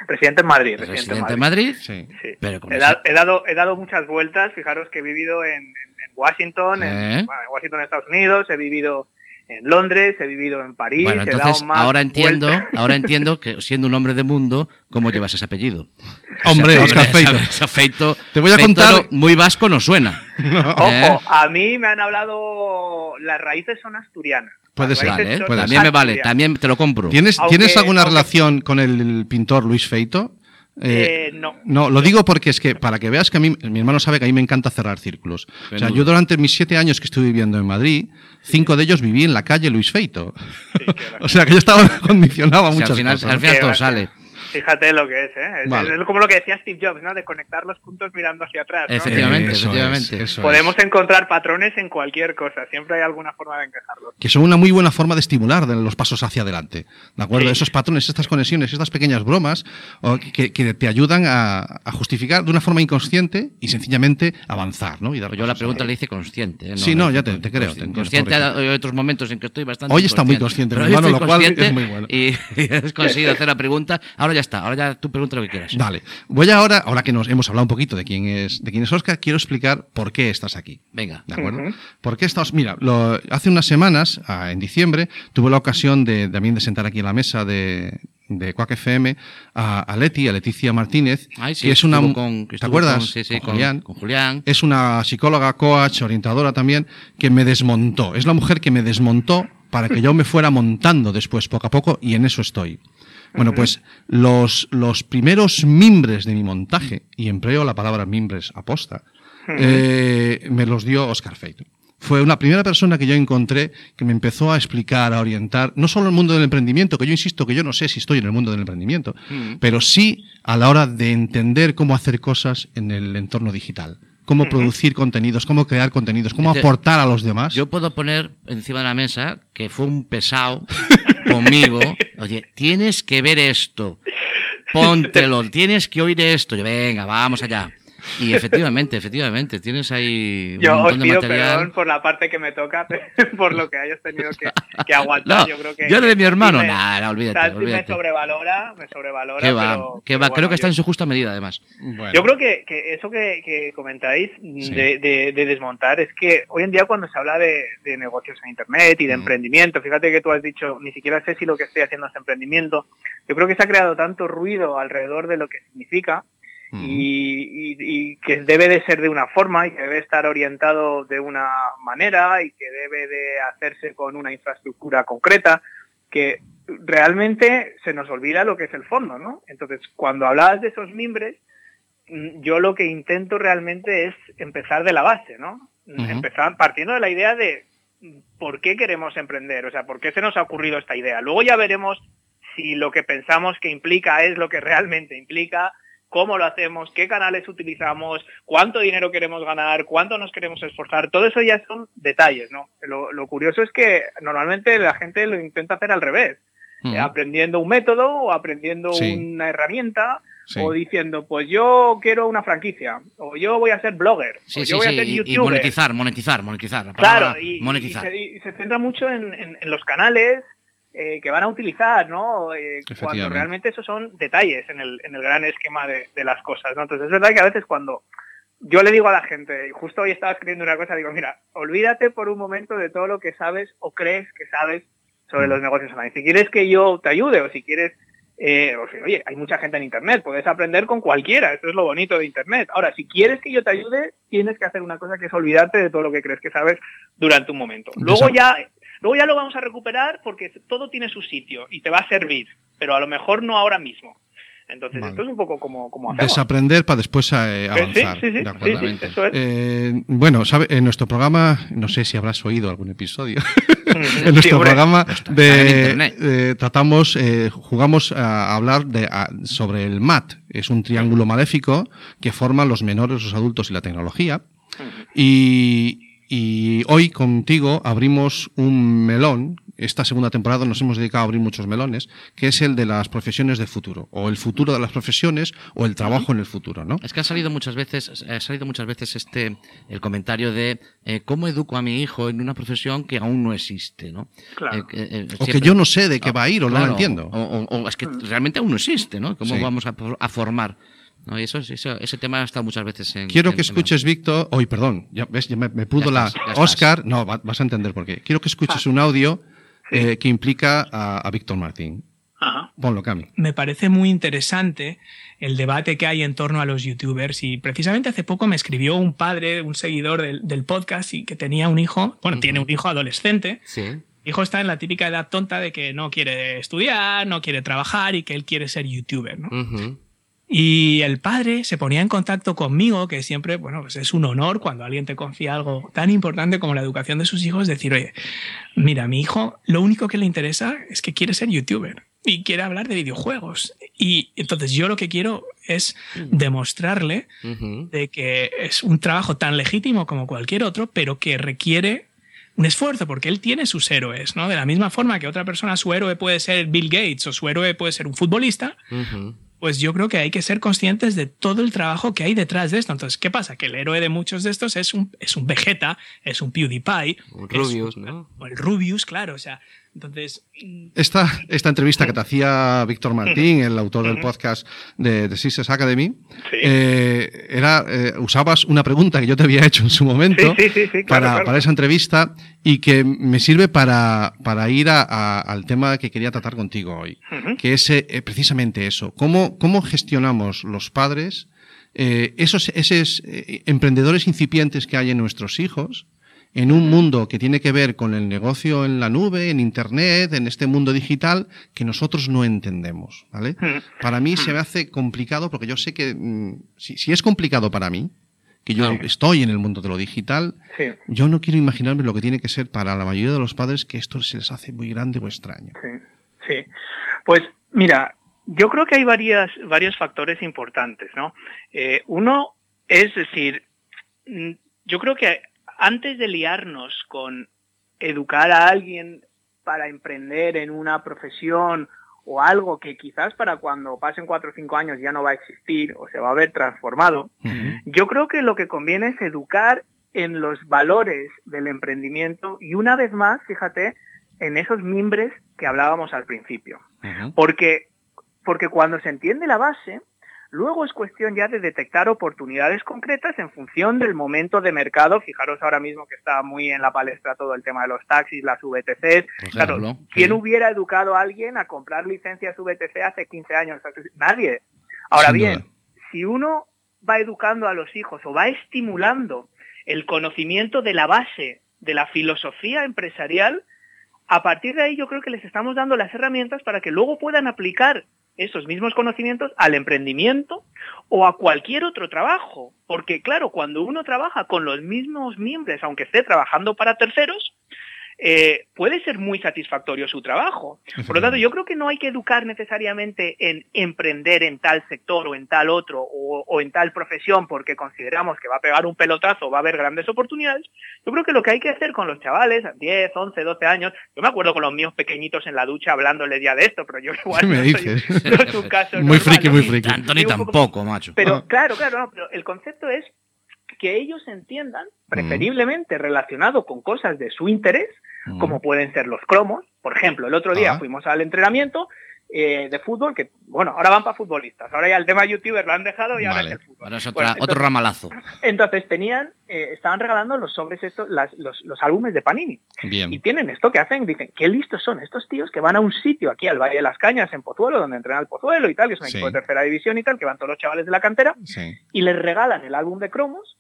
G: Presidente en Madrid. Presidente en
D: residente
G: Madrid.
D: en Madrid,
F: Sí.
G: Sí.
D: Pero con
G: he,
D: esa-
G: da- he dado, he dado muchas vueltas, fijaros que he vivido en, en- en Washington,
D: ¿Eh?
G: en, bueno, en Washington, Estados Unidos, he vivido en Londres, he vivido en París.
D: Bueno,
G: he
D: entonces
G: dado más
D: ahora entiendo,
G: vueltas.
D: ahora entiendo que siendo un hombre de mundo, cómo llevas ese apellido.
F: Hombre,
D: Ese
F: Óscar
D: apellido-
F: Feito.
D: ese Feito-
F: Te voy a
D: Feito
F: contar-
D: no- muy vasco no suena. Eh,
G: Ojo, a mí me han hablado, las raíces son asturianas.
F: Puede
G: Las
F: ser,
G: raíces
D: Vale, pues
G: son
F: puede
D: también me vale,
G: asturianas.
D: también te lo compro.
F: ¿Tienes,
G: Aunque-
F: ¿tienes alguna
G: aunque-
F: relación con el pintor Luis Feito?
G: Eh, no.
F: No, lo digo porque es que, para que veas que a mí, mi hermano sabe que a mí me encanta cerrar círculos. O sea,
D: Menudo.
F: yo durante mis siete años que estuve viviendo en Madrid, cinco de ellos viví en la calle Luis Feito.
G: Sí, qué gracia.
F: o sea, que yo estaba condicionado a
D: O sea,
F: muchas
D: al final,
F: cosas.
D: al final
G: Qué
D: todo
G: gracia.
D: sale.
G: Fíjate lo que es, ¿eh? Es,
H: Vale.
G: es como lo que decía Steve Jobs, ¿no? De conectar los puntos mirando hacia atrás. ¿no?
H: Efectivamente,
F: Eh, eso
H: efectivamente.
F: es, eso
G: Podemos
F: es.
G: encontrar patrones en cualquier cosa, siempre hay alguna forma de encajarlos.
F: Que son una muy buena forma de estimular de- los pasos hacia adelante. ¿De acuerdo?
G: Sí.
F: Esos patrones, estas conexiones, estas pequeñas bromas o que, que te ayudan a, a justificar de una forma inconsciente y sencillamente avanzar, ¿no? Y dar
H: Pero yo la
F: pasos
H: pregunta
F: adelante.
H: le hice consciente. ¿eh?
F: Pues Sí, no,
H: le-
F: ya te- te creo, te-
H: Consciente
F: correcto.
H: hay otros momentos en que estoy bastante.
F: Hoy está muy consciente,
H: pero
F: mi
H: hoy
F: hermano,
H: estoy
F: lo cual es
H: consciente
F: muy bueno.
H: Y, y has conseguido hacer la pregunta. Ahora ya está, ahora ya tú pregunta lo que quieras.
F: Vale. Voy ahora, ahora que nos hemos hablado un poquito de quién es, de quién es Oscar, quiero explicar por qué estás aquí.
H: Venga.
F: ¿De acuerdo? Porque estamos, mira, lo- hace unas semanas, ah, en diciembre, tuve la ocasión de, también de sentar aquí en la mesa de, de Quack FM a, a Leti, a Leticia Martínez,
H: Ay, sí,
F: que es una,
H: estuvo con-
F: ¿te
H: estuvo
F: acuerdas?
H: con- sí, sí, con- con Julián.
F: Es una psicóloga, coach, orientadora también, que me desmontó. Es la mujer que me desmontó para que yo me fuera montando después, poco a poco, y en eso estoy. Bueno, pues los, los primeros mimbres de mi montaje, y empleo la palabra mimbres aposta, eh, me los dio Oscar Feito. Fue una primera persona que yo encontré que me empezó a explicar, a orientar, no solo el mundo del emprendimiento, que yo insisto que yo no sé si estoy en el mundo del emprendimiento, pero sí a la hora de entender cómo hacer cosas en el entorno digital, cómo producir contenidos, cómo crear contenidos, cómo
H: Este-
F: aportar a los demás.
H: Yo puedo poner encima de la mesa que fue un pesado conmigo. Oye, tienes que ver esto. Póntelo, tienes que oír esto. Yo, venga, vamos allá. Y efectivamente, efectivamente, tienes ahí un
G: Yo os
H: montón de
G: pido
H: material.
G: perdón por la parte que me toca, por lo que hayas tenido que, que aguantar.
H: No,
G: yo creo que.
H: yo lo de mi hermano,
G: sí me-
H: nada, no, olvídate,
G: tal vez
H: olvídate.
G: Me sobrevalora, me sobrevalora.
H: Que va,
G: pero-
H: que
G: pero
H: va,
G: bueno,
H: creo que está
G: yo-
H: en su justa medida además.
F: Bueno.
G: Yo creo que, que eso que, que comentáis de, de- de desmontar es que hoy en día cuando se habla de, de negocios en Internet
H: Mm.
G: y de emprendimiento, fíjate que tú has dicho, ni siquiera sé si lo que estoy haciendo es emprendimiento, yo creo que se ha creado tanto ruido alrededor de lo que significa
F: Mm.
G: y, y- y que debe de ser de una forma y que debe estar orientado de una manera y que debe de hacerse con una infraestructura concreta que realmente se nos olvida lo que es el fondo, ¿no? Entonces, cuando hablabas de esos mimbres, mm, yo lo que intento realmente es empezar de la base, ¿no?
H: Ujú.
G: Empezar partiendo de la idea de mm, por qué queremos emprender, o sea, por qué se nos ha ocurrido esta idea. Luego ya veremos si lo que pensamos que implica es lo que realmente implica, cómo lo hacemos, qué canales utilizamos, cuánto dinero queremos ganar, cuánto nos queremos esforzar, todo eso ya son detalles, ¿no? Lo, lo curioso es que normalmente la gente lo intenta hacer al revés,
F: Mm.
G: eh, aprendiendo un método o aprendiendo
F: Sí.
G: una herramienta
F: Sí.
G: o diciendo, pues yo quiero una franquicia, o yo voy a ser blogger,
H: Sí,
G: o
H: sí,
G: yo voy
H: sí,
G: a ser
H: y- y,
G: youtuber.
H: monetizar, monetizar, monetizar. la
G: Claro,
H: palabra
G: y, y
H: monetizar.
G: se, y se centra mucho en, en- en los canales eh, que van a utilizar, ¿no? Eh, cuando
F: Efectivamente.
G: realmente esos son detalles en el, en el gran esquema de, de las cosas, ¿no? Entonces es verdad que a veces cuando yo le digo a la gente, y justo hoy estaba escribiendo una cosa, digo, mira, olvídate por un momento de todo lo que sabes o crees que sabes sobre
F: Mm.
G: los negocios online. Si quieres que yo te ayude o si quieres eh, o sea, oye, hay mucha gente en Internet, puedes aprender con cualquiera, eso es lo bonito de Internet. Ahora, si quieres que yo te ayude, tienes que hacer una cosa que es olvidarte de todo lo que crees que sabes durante un momento. Luego ya, luego ya lo vamos a recuperar porque todo tiene su sitio y te va a servir, pero a lo mejor no ahora mismo. Entonces,
F: Vale.
G: esto es un poco como, como hacemos.
F: Desaprender para después eh,
G: Sí, sí,
F: avanzar.
G: sí, sí,
F: de acuerdo.
G: sí, sí, eso es.
F: Eh, bueno, sabe, en nuestro programa, no sé si habrás oído algún episodio,
G: Sí,
F: en nuestro
G: hombre.
F: programa
H: en
F: de,
H: internet.
F: eh, tratamos, eh, jugamos a hablar de, a- sobre el MAT. Es un triángulo maléfico que forman los menores, los adultos y la tecnología. Y, y hoy contigo abrimos un melón. Esta segunda temporada nos hemos dedicado a abrir muchos melones, que es el de las profesiones de futuro, o el futuro de las profesiones, o el trabajo en el futuro, ¿no?
H: Es que ha salido muchas veces, ha salido muchas veces este el comentario de eh, cómo educo a mi hijo en una profesión que aún no existe, ¿no? Eh,
G: Claro.
F: O que yo no sé de qué va a ir, o no
H: Ah, claro,
F: lo entiendo.
H: O, o- o es que
G: Mm.
H: realmente aún no existe, ¿no? ¿Cómo
F: Sí.
H: vamos a, por- a formar? ¿no? Y eso, es- eso- ese tema ha estado muchas veces en.
F: Quiero
H: en-
F: que
H: en-
F: escuches, Víctor. Hoy, perdón, ya ves, ya me, me pudo
H: Ya
F: la.
H: estás, ya estás.
F: Oscar, no, va- vas a entender por qué. Quiero que escuches un audio eh, que implica a, a Víctor Martín.
G: Ajá.
F: Ponlo, Cami.
I: me parece muy interesante el debate que hay en torno a los youtubers y precisamente hace poco me escribió un padre, un seguidor del, del podcast y que tenía un hijo, bueno, tiene un hijo adolescente.
H: Sí.
I: Mi hijo está en la típica edad tonta de que no quiere estudiar, no quiere trabajar y que él quiere ser youtuber, ¿no?
H: Ujú.
I: Y el padre se ponía en contacto conmigo, que siempre, bueno, pues es un honor cuando alguien te confía algo tan importante como la educación de sus hijos, decir, oye, mira, mi hijo lo único que le interesa es que quiere ser youtuber y quiere hablar de videojuegos Y entonces yo lo que quiero es demostrarle
J: Ujú.
I: de que es un trabajo tan legítimo como cualquier otro, pero que requiere un esfuerzo, porque él tiene sus héroes, ¿no? De la misma forma que otra persona, su héroe puede ser Bill Gates o su héroe puede ser un futbolista,
J: Ujú.
I: pues yo creo que hay que ser conscientes de todo el trabajo que hay detrás de esto. Entonces, ¿qué pasa? Que el héroe de muchos de estos es un, es un Vegeta, es un PewDiePie,
J: Un
I: es
J: Rubius, ¿no?
I: o el Rubius, claro, o sea, entonces... mm,
F: Esta, esta entrevista que te hacía Víctor Martín, el autor del podcast de The Sisters Academy, eh, era, eh, usabas una pregunta que yo te había hecho en su momento
G: Sí, sí, sí, sí, claro,
F: para,
G: claro.
F: para esa entrevista y que me sirve para, para ir a- a- al tema que quería tratar contigo hoy, que es eh, precisamente eso. ¿Cómo, cómo gestionamos los padres eh, esos, esos eh, emprendedores incipientes que hay en nuestros hijos? en un mundo que tiene que ver con el negocio en la nube, en internet, en este mundo digital que nosotros no entendemos, ¿vale? Para mí se me hace complicado porque yo sé que mm, si, si es complicado para mí, que yo estoy en el mundo de lo digital,
G: Sí.
F: yo no quiero imaginarme lo que tiene que ser para la mayoría de los padres que esto se les hace muy grande o extraño.
G: Sí, sí. Pues mira, yo creo que hay varias, varios factores importantes, ¿no? Eh, uno es decir, mm, yo creo que antes de liarnos con educar a alguien para emprender en una profesión o algo que quizás para cuando pasen cuatro o cinco años ya no va a existir o se va a ver transformado, yo creo que lo que conviene es educar en los valores del emprendimiento y una vez más, fíjate, en esos mimbres que hablábamos al principio. Porque, porque cuando se entiende la base, luego es cuestión ya de detectar oportunidades concretas en función del momento de mercado. Fijaros ahora mismo que está muy en la palestra todo el tema de los taxis, las VTCs.
H: Por
G: Claro,
H: ejemplo,
G: ¿quién
H: sí.
G: hubiera educado a alguien a comprar licencias VTC hace 15 años? Nadie. Ahora
F: Sin
G: bien,
F: duda.
G: si uno va educando a los hijos o va estimulando el conocimiento de la base de la filosofía empresarial, a partir de ahí yo creo que les estamos dando las herramientas para que luego puedan aplicar esos mismos conocimientos al emprendimiento o a cualquier otro trabajo. Porque claro, cuando uno trabaja con los mismos miembros, aunque esté trabajando para terceros, eh, puede ser muy satisfactorio su trabajo. Por lo tanto, yo creo que no hay que educar necesariamente en emprender en tal sector o en tal otro o, o en tal profesión porque consideramos que va a pegar un pelotazo, va a haber grandes oportunidades. Yo creo que lo que hay que hacer con los chavales, 10, 11, 12 años, yo me acuerdo con los míos pequeñitos en la ducha hablándoles ya de esto, pero yo igual
F: ¿Qué me
G: no
F: dices?
G: soy- no es un caso
F: Muy
G: normal,
F: friki,
G: ¿no?
F: muy friki.
H: Tanto ni
G: Digo, como-
H: tampoco, macho.
G: Pero claro, claro, no, pero el concepto es que ellos entiendan, preferiblemente relacionado con cosas de su interés, como pueden ser los cromos. Por ejemplo, el otro día
F: Ah.
G: fuimos al entrenamiento eh, de fútbol, que bueno, ahora van para futbolistas, ahora ya el tema youtuber lo han dejado y ahora es
F: Vale,
G: el fútbol.
H: Ahora es
G: Bueno,
H: otra-
G: entonces-
H: otro ramalazo.
G: entonces tenían, eh, estaban regalando los sobres estos, las- los, los álbumes de Panini. Y
F: Bien.
G: tienen esto que hacen, dicen, qué listos son estos tíos que van a un sitio aquí al Valle de las Cañas, en Pozuelo, donde entrena el Pozuelo y tal, que es un
F: Sí.
G: equipo de tercera división y tal, que van todos los chavales de la cantera,
F: Sí.
G: y les regalan el álbum de cromos.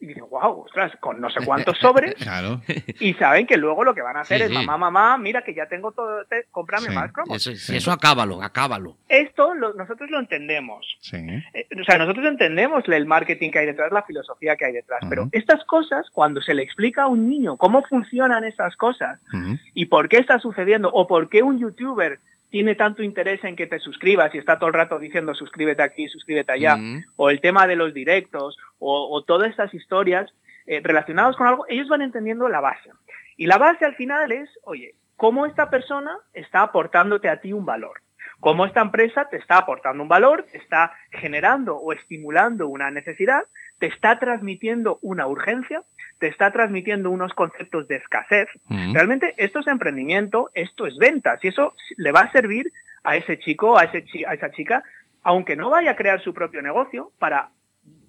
G: Y dicen, wow, ostras, con no sé cuántos sobres.
F: Claro.
G: Y saben que luego lo que van a hacer
H: Sí,
G: es,
H: sí.
G: mamá, mamá, mira que ya tengo todo, te- cómprame
F: Sí.
G: más cromos.
H: Eso, si eso acábalo, acábalo.
G: Esto lo- nosotros lo entendemos.
F: Sí.
G: Eh, o sea, nosotros entendemos el marketing que hay detrás, la filosofía que hay detrás,
F: Ujú.
G: pero estas cosas, cuando se le explica a un niño cómo funcionan esas cosas
F: Ujú.
G: y por qué está sucediendo o por qué un youtuber tiene tanto interés en que te suscribas y está todo el rato diciendo suscríbete aquí, suscríbete allá,
H: Mm.
G: o el tema de los directos, o, o todas estas historias eh, relacionadas con algo, ellos van entendiendo la base. Y la base al final es, oye, cómo esta persona está aportándote a ti un valor, cómo esta empresa te está aportando un valor, te está generando o estimulando una necesidad, te está transmitiendo una urgencia, te está transmitiendo unos conceptos de escasez.
F: Mm.
G: Realmente esto es emprendimiento, esto es ventas y eso le va a servir a ese chico, a, ese chi- a esa chica, aunque no vaya a crear su propio negocio, para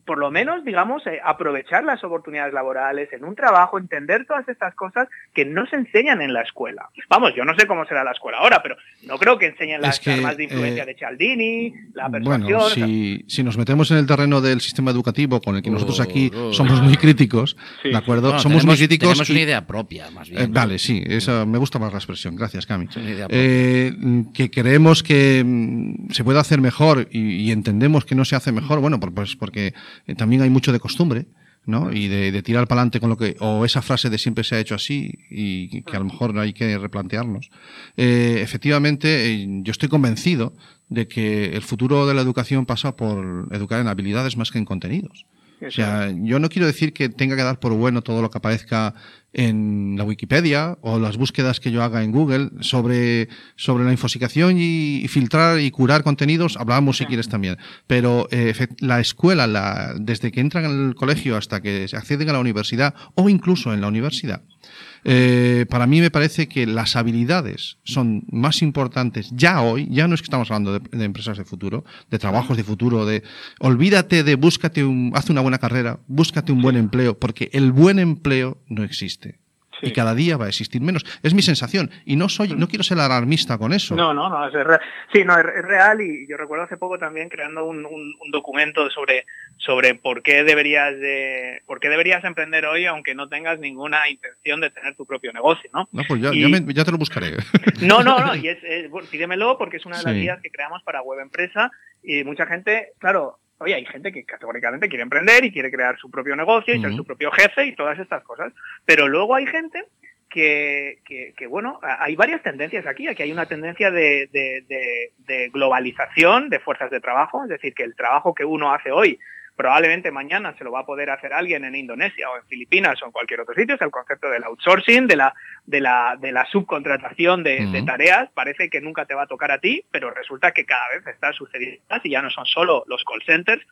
G: por lo menos, digamos, eh, aprovechar las oportunidades laborales en un trabajo, entender todas estas cosas que no se enseñan en la escuela. Vamos, yo no sé cómo será la escuela ahora, pero no creo que enseñen las
F: Es que,
G: armas de influencia
F: eh,
G: de Cialdini, la persuasión.
F: Bueno,
G: o sea,
F: si, si nos metemos en el terreno del sistema educativo con el que nosotros aquí
H: Oh, oh.
F: somos muy críticos,
G: Sí.
F: ¿de acuerdo?
H: Bueno,
F: somos muy
H: tenemos-
F: críticos.
H: Tenemos
F: y-
H: una idea propia, más bien.
F: eh,
H: ¿no?
F: vale, sí, esa, me gusta más la expresión. Gracias, Cami.
H: Es una idea propia.
F: Eh, mm, que creemos que mm, se puede hacer mejor y, y entendemos que no se hace mejor, bueno, por- pues porque eh, también hay mucho de costumbre. ¿no? Y de, de tirar para adelante con lo que, o esa frase de siempre se ha hecho así y que a lo mejor hay que replantearnos. Eh, efectivamente, eh, yo estoy convencido de que el futuro de la educación pasa por educar en habilidades más que en contenidos. O sea, yo no quiero decir que tenga que dar por bueno todo lo que aparezca en la Wikipedia o las búsquedas que yo haga en Google sobre, sobre la infosicación y, y filtrar y curar contenidos. Hablamos si quieres también. Pero eh, efect- la escuela, la, desde que entran al colegio hasta que se acceden a la universidad o incluso en la universidad, eh, para mí me parece que las habilidades son más importantes ya hoy, ya no es que estamos hablando de, de empresas de futuro, de trabajos de futuro, de olvídate de búscate un, haz una buena carrera, búscate un buen empleo, porque el buen empleo no existe. Y cada día va a existir menos. Es mi sensación. Y no soy, no quiero ser alarmista con eso.
G: No, no, no, es real. Sí, no, es, es real y yo recuerdo hace poco también creando un, un- un documento sobre, sobre por qué deberías de, por qué deberías emprender hoy aunque no tengas ninguna intención de tener tu propio negocio, ¿no?
F: No, pues ya,
G: Y-
F: ya me- ya te lo buscaré.
G: No, no, no, y es, es- bueno, pídemelo porque es una de las
F: Sí.
G: guías que creamos para Web Empresa y mucha gente, claro, oye, hay gente que categóricamente quiere emprender y quiere crear su propio negocio y ser
F: Ujú.
G: su propio jefe y todas estas cosas, pero luego hay gente que, que- que, bueno, a- hay varias tendencias aquí, aquí hay una tendencia de, de- de- de globalización de fuerzas de trabajo, es decir, que el trabajo que uno hace hoy probablemente mañana se lo va a poder hacer alguien en Indonesia o en Filipinas o en cualquier otro sitio, es el concepto del outsourcing, de la, de la, de la subcontratación de, de
F: Ujú.
G: tareas, parece que nunca te va a tocar a ti, pero resulta que cada vez está sucediendo más y ya no son solo los call centers.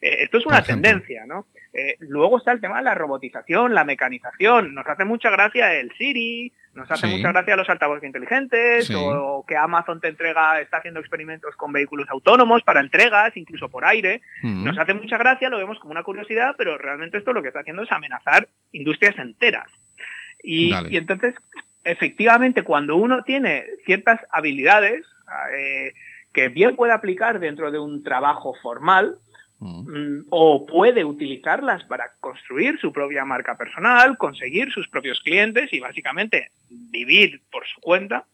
G: Eh, esto es una
F: Por ejemplo.
G: tendencia, ¿no? Eh, luego está el tema de la robotización, la mecanización. Nos hace mucha gracia el Siri, nos hace
F: Sí.
G: mucha gracia los altavoces inteligentes,
F: Sí.
G: o que Amazon te entrega, está haciendo experimentos con vehículos autónomos para entregas, incluso por aire.
F: Mm.
G: Nos hace mucha gracia, lo vemos como una curiosidad, pero realmente esto lo que está haciendo es amenazar industrias enteras. Y,
F: Dale.
G: y entonces, efectivamente, cuando uno tiene ciertas habilidades eh, que bien puede aplicar dentro de un trabajo formal,
F: Mm.
G: mm, o puede utilizarlas para construir su propia marca personal, conseguir sus propios clientes y básicamente vivir por su cuenta,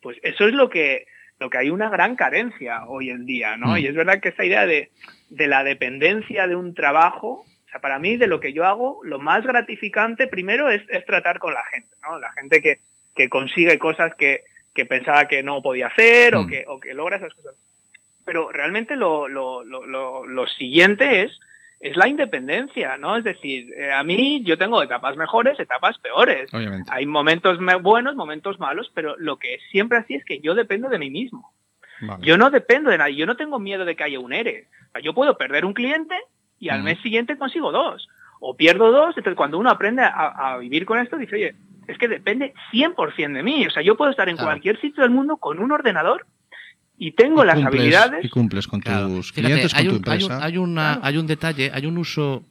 G: pues eso es lo que, lo que hay una gran carencia hoy en día, ¿no?
F: Mm.
G: Y es verdad que esta idea de, de la dependencia de un trabajo, o sea, para mí de lo que yo hago, lo más gratificante primero es, es tratar con la gente, ¿no? La gente que, que consigue cosas que, que pensaba que no podía hacer o,
F: Mm.
G: que, o que logra esas cosas. Pero realmente lo, lo, lo, lo- lo siguiente es, es la independencia, ¿no? Es decir, eh, a mí yo tengo etapas mejores, etapas peores.
F: Obviamente.
G: Hay momentos me- buenos, momentos malos, pero lo que es siempre así es que yo dependo de mí mismo.
F: Vale.
G: Yo no dependo de nadie, yo no tengo miedo de que haya un ERE. O sea, yo puedo perder un cliente y al
F: Mm.
G: mes siguiente consigo dos. O pierdo dos, entonces cuando uno aprende a, a vivir con esto, dice, oye, es que depende 100% de mí. O sea, yo puedo estar en
H: Claro.
G: cualquier sitio del mundo con un ordenador y tengo
F: Y
G: las
F: cumples-
G: habilidades.
F: Y cumples con
H: Claro.
F: tus
H: Fíjate,
F: clientes, con
H: hay,
F: tu
H: un, hay, un,
F: empresa.
H: hay una- hay un detalle, hay un uso,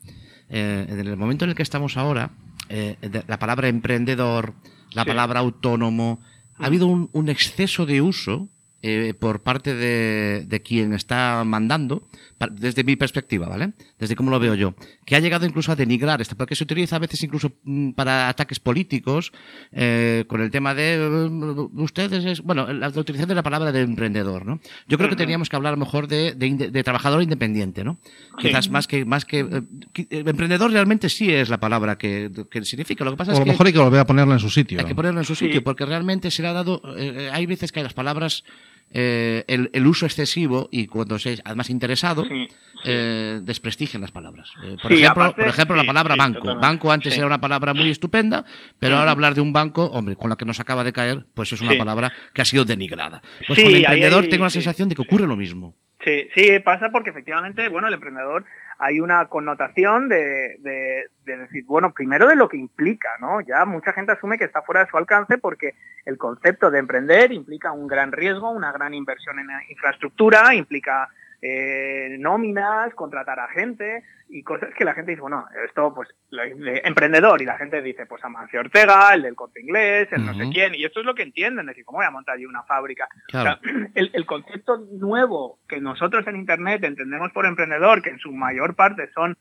H: eh, en el momento en el que estamos ahora, eh, de la palabra emprendedor, la
G: Sí.
H: palabra autónomo,
D: Mm.
H: ha habido un, un exceso de uso eh, por parte de, de quien está mandando, pa- desde mi perspectiva, ¿vale? Desde cómo lo veo yo, que ha llegado incluso a denigrar esto, porque se utiliza a veces incluso mm, para ataques políticos, eh, con el tema de mm, ustedes, es, bueno, la, la utilización de la palabra de emprendedor, ¿no? Yo creo que teníamos que hablar mejor de, de inde- de trabajador independiente, ¿no? Quizás más que, más que, eh, que- eh, emprendedor realmente sí es la palabra que, que significa. Lo que pasa
F: O a
H: es
F: lo
H: que
F: mejor hay que volver a ponerla en su sitio.
H: hay que ponerlo en su sitio, porque realmente se le ha dado. eh, eh, hay veces que hay las palabras. eh, el, el uso excesivo y cuando se es además interesado
G: Sí,
H: eh, desprestigian las palabras Eh, por,
G: Sí,
H: ejemplo,
G: aparte-
H: por ejemplo la
G: sí,
H: palabra
G: sí,
H: banco
G: totalmente.
H: banco antes
G: Sí.
H: era una palabra muy estupenda pero ahora hablar de un banco hombre con la que nos acaba de caer pues es una
G: Sí.
H: palabra que ha sido denigrada pues
G: Sí,
H: con el
G: ahí
H: emprendedor
G: hay-
H: tengo la
G: sí,
H: sensación de que ocurre lo mismo
G: Sí, sí, pasa porque efectivamente, bueno, el emprendedor hay una connotación de, de- de decir, bueno, primero de lo que implica, ¿no? Ya mucha gente asume que está fuera de su alcance porque el concepto de emprender implica un gran riesgo, una gran inversión en infraestructura, implica eh, nóminas, contratar a gente y cosas que la gente dice, bueno, esto pues lo- de emprendedor y la gente dice, pues Amancio Ortega, el del corte inglés, el no
H: Ujú.
G: sé quién, y esto es lo que entienden, es decir, ¿cómo voy a montar yo una fábrica?
H: claro
G: el, el concepto nuevo que nosotros en Internet entendemos por emprendedor, que en su mayor parte son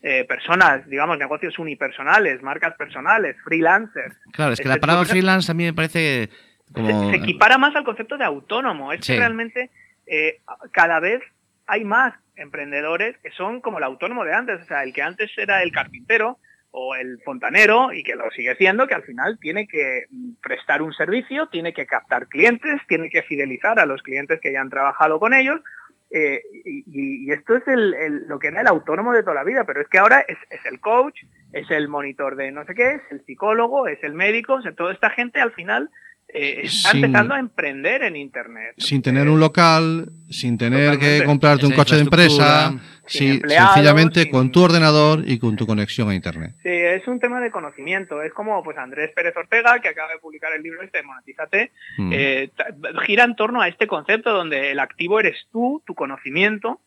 G: eh, personas, digamos, negocios unipersonales, marcas personales, freelancers,
H: claro es que la
G: Este,
H: palabra
G: yo creo-
H: freelance a mí me parece como
G: se, se equipara más al concepto de autónomo. Es
H: Sí.
G: que realmente eh, cada vez hay más emprendedores que son como el autónomo de antes, o sea, el que antes era el carpintero o el fontanero y que lo sigue siendo, que al final tiene que mm, prestar un servicio, tiene que captar clientes, tiene que fidelizar a los clientes que ya han trabajado con ellos. eh, y- y, y esto es el- el- lo que era el autónomo de toda la vida, pero es que ahora es, es el coach, es el monitor de no sé qué, es el psicólogo, es el médico, o sea, toda esta gente al final eh, está
F: Sin-
G: empezando a emprender en Internet. Eh,
F: sin tener un local, sin tener que
G: Totalmente.
F: comprarte un
H: Esa
F: coche de empresa,
H: infraestructura,
G: sin
F: sí,
G: empleados,
F: sencillamente
G: sin-
F: con tu ordenador y con tu conexión a internet.
G: Sí, es un tema de conocimiento. Es como pues Andrés Pérez Ortega, que acaba de publicar el libro este, Monetízate,
F: Mm.
G: eh, ta- gira en torno a este concepto donde el activo eres tú, tu conocimiento,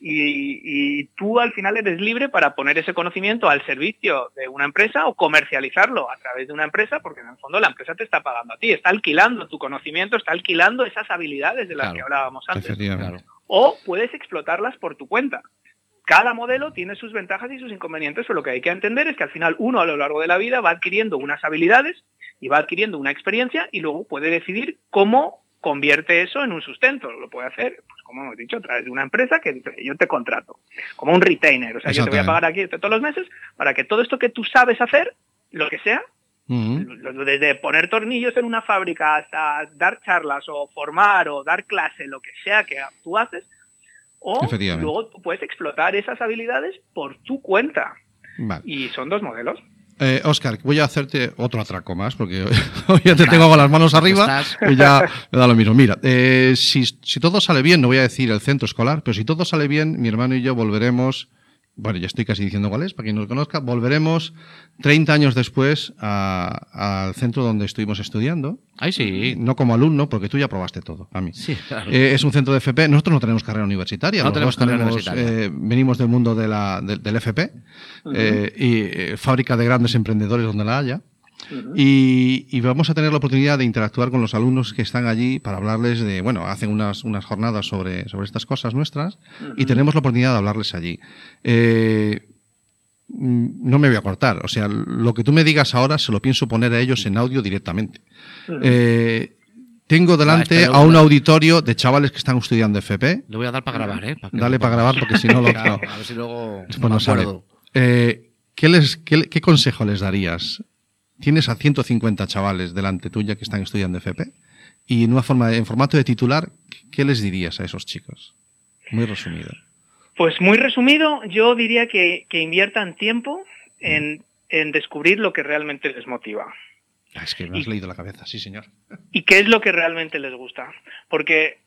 G: y, y tú al final eres libre para poner ese conocimiento al servicio de una empresa o comercializarlo a través de una empresa, porque en el fondo la empresa te está pagando a ti, está alquilando tu conocimiento, está alquilando esas habilidades de las
H: Claro,
G: que hablábamos antes
F: Efectivamente.
G: o puedes explotarlas por tu cuenta. Cada modelo tiene sus ventajas y sus inconvenientes, pero lo que hay que entender es que al final uno a lo largo de la vida va adquiriendo unas habilidades y va adquiriendo una experiencia y luego puede decidir cómo convierte eso en un sustento. Lo puede hacer, pues como hemos dicho, a través de una empresa que te- yo te contrato, como un retainer. O sea, yo te voy a
F: Exactamente.
G: pagar aquí todos los meses para que todo esto que tú sabes hacer, lo que sea,
F: Mm.
G: lo- lo- desde poner tornillos en una fábrica hasta dar charlas o formar o dar clase, lo que sea que tú haces, o
F: Efectivamente.
G: luego tú puedes explotar esas habilidades por tu cuenta.
F: Vale.
G: Y son dos modelos.
F: Eh, Oscar, voy a hacerte otro atraco más, porque hoy ya te tengo con las manos arriba y ya me da lo mismo. Mira, eh, si, si todo sale bien, no voy a decir el centro escolar, pero si todo sale bien, mi hermano y yo volveremos, bueno, ya estoy casi diciendo cuál es, para quien no lo conozca, volveremos 30 años después a- al centro donde estuvimos estudiando,
H: Ay, sí.
F: no como alumno, porque tú ya probaste todo, a mí.
H: Sí, claro.
F: Eh, es un centro de FP. Nosotros no tenemos carrera universitaria.
H: No
F: los dos
H: tenemos carrera
F: tenemos,
H: universitaria.
F: eh, venimos del mundo de la- del- del FP eh, y eh, fábrica de grandes emprendedores donde la haya. Y, y vamos a tener la oportunidad de interactuar con los alumnos que están allí para hablarles de, bueno, hacen unas, unas jornadas sobre, sobre estas cosas nuestras y tenemos la oportunidad de hablarles allí. Eh, mm, no me voy a cortar, o sea, lo que tú me digas ahora se lo pienso poner a ellos en audio directamente. Eh, tengo delante
H: espero
F: a un
H: una-
F: auditorio de chavales que están estudiando FP.
H: Le voy a dar para grabar, ¿eh? Pa' que-
F: Dale para grabar porque si no lo...
H: Claro, a ver si luego.
F: Pues no
H: me
F: sale.
H: acuerdo.
F: Eh, ¿qué, les, qué, le- qué consejo les darías? Tienes a 150 chavales delante tuya que están estudiando FP y en, una forma de- en formato de titular, ¿qué les dirías a esos chicos? Muy resumido.
G: Pues muy resumido, yo diría que, que inviertan tiempo en, en descubrir lo que realmente les motiva.
F: Ah, Es que me has leído la cabeza, sí señor.
G: y qué es lo que realmente les gusta. Porque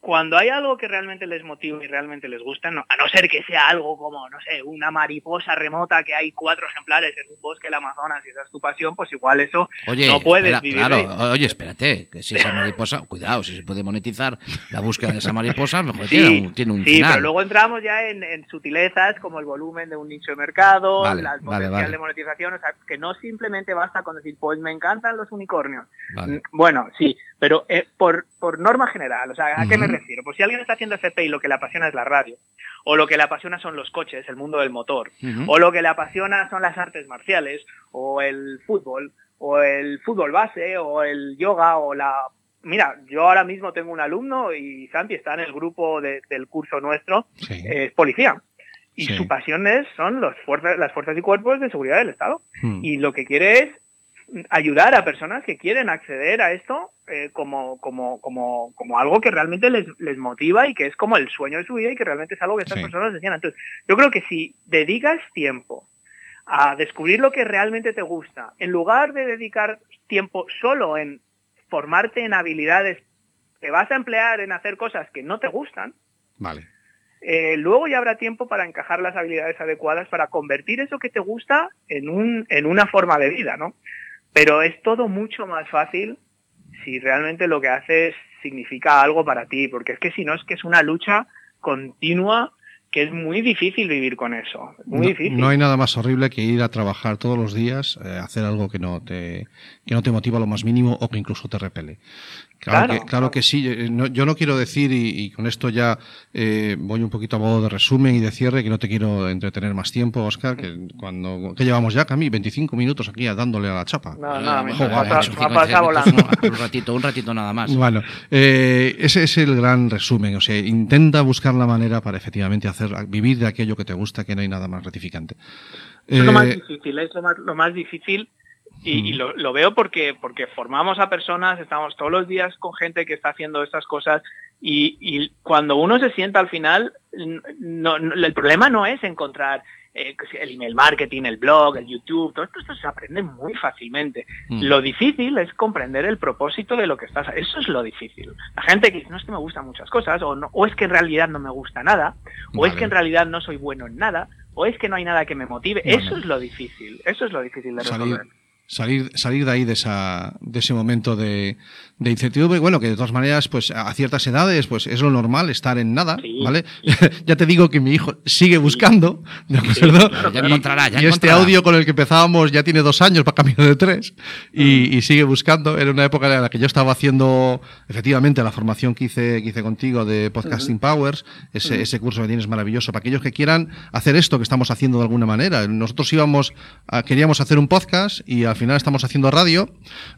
G: cuando hay algo que realmente les motiva y realmente les gusta, no- a no ser que sea algo como, no sé, una mariposa remota que hay cuatro ejemplares en un bosque del Amazonas y esa es tu pasión, pues igual eso
H: Oye,
G: no puedes
H: espera,
G: vivir.
H: claro,
G: de-
H: o- oye, espérate, que si esa mariposa, cuidado, si se puede monetizar la búsqueda de esa mariposa, mejor tiene
G: Sí,
H: un, tiene un
G: sí,
H: final.
G: pero luego entramos ya en, en sutilezas como el volumen de un nicho de mercado,
H: Vale,
G: la
H: vale,
G: potencial
H: vale.
G: de monetización, o sea, que no simplemente basta con decir, pues me encantan los unicornios.
H: Vale.
G: Mm, Bueno, sí, pero eh, por, por norma general, o sea, ¿a qué me
F: Ujú.
G: refiero? Pues si alguien está haciendo FP y lo que le apasiona es la radio, o lo que le apasiona son los coches, el mundo del motor,
H: Ujú.
G: o lo que le apasiona son las artes marciales, o el fútbol, o el fútbol base, o el yoga, o la... Mira, yo ahora mismo tengo un alumno y Santi está en el grupo de- del curso nuestro,
F: Sí.
G: eh, es policía. Y
F: Sí.
G: su pasión es, son los fuerzas, las fuerzas y cuerpos de seguridad del Estado
F: Mm.
G: y lo que quiere es ayudar a personas que quieren acceder a esto eh, como, como, como, como algo que realmente les, les motiva y que es como el sueño de su vida y que realmente es algo que estas
F: Sí.
G: personas decían. Entonces, yo creo que si dedicas tiempo a descubrir lo que realmente te gusta, en lugar de dedicar tiempo solo en formarte en habilidades que vas a emplear en hacer cosas que no te gustan,
F: Vale.
G: eh, luego ya habrá tiempo para encajar las habilidades adecuadas para convertir eso que te gusta en, un, en una forma de vida, ¿no? Pero es todo mucho más fácil si realmente lo que haces significa algo para ti, porque es que si no es que es una lucha continua que es muy difícil vivir con eso, muy
F: no,
G: difícil.
F: no hay nada más horrible que ir a trabajar todos los días, eh, hacer algo que no te que no te motiva lo más mínimo o que incluso te repele. Claro,
G: Claro.
F: que, claro que sí. Eh, no- yo no quiero decir, y, y con esto ya eh, voy un poquito a modo de resumen y de cierre, que no te quiero entretener más tiempo, Oscar, que cuando que llevamos ya, Cami, 25 minutos aquí a- dándole a la chapa.
G: No, no,
F: Ah,
G: me,
H: Joder,
G: me ha pasado-
H: macho,
G: me ha
H: cinco
G: pasado
H: minutos,
G: volando.
H: no, Un ratito, un ratito nada más.
F: Bueno, eh, ese es el gran resumen. O sea, intenta buscar la manera para efectivamente hacer vivir de aquello que te gusta, que no hay nada más gratificante.
G: es lo más
F: Eh,
G: difícil, es lo más, lo más difícil y,
H: Mm.
G: y lo, lo veo porque, porque formamos a personas, estamos todos los días con gente que está haciendo estas cosas y, y cuando uno se sienta al final, no- no- el problema no es encontrar eh, el email marketing, el blog, el YouTube, todo esto, esto se aprende muy fácilmente.
H: Mm.
G: Lo difícil es comprender el propósito de lo que estás. Eso es lo difícil. La gente que dice, no es que me gustan muchas cosas, o, no, o es que en realidad no me gusta nada, o es
H: Vale.
G: que en realidad no soy bueno en nada, o es que no hay nada que me motive.
F: Vale.
G: Eso es lo difícil. Eso es lo difícil de
F: salir,
G: resolver.
F: salir, salir de ahí de, esa, de ese momento de, de incertidumbre. Bueno, que de todas maneras, pues a ciertas edades, pues es lo normal estar en nada,
G: Sí.
F: ¿vale? ya te digo que mi hijo sigue buscando, ¿de acuerdo?
H: ya
F: Y-
H: encontrará,
F: y
H: ya
F: este
H: encontrará.
F: audio con el que empezábamos ya tiene dos años, va camino de tres,
H: Mm.
F: y, y sigue buscando. Era una época en la que yo estaba haciendo, efectivamente, la formación que hice, que hice contigo de Podcasting Powers, ese, ese curso que tienes maravilloso, para aquellos que quieran hacer esto que estamos haciendo de alguna manera. Nosotros íbamos, a- queríamos hacer un podcast y al final estamos haciendo radio.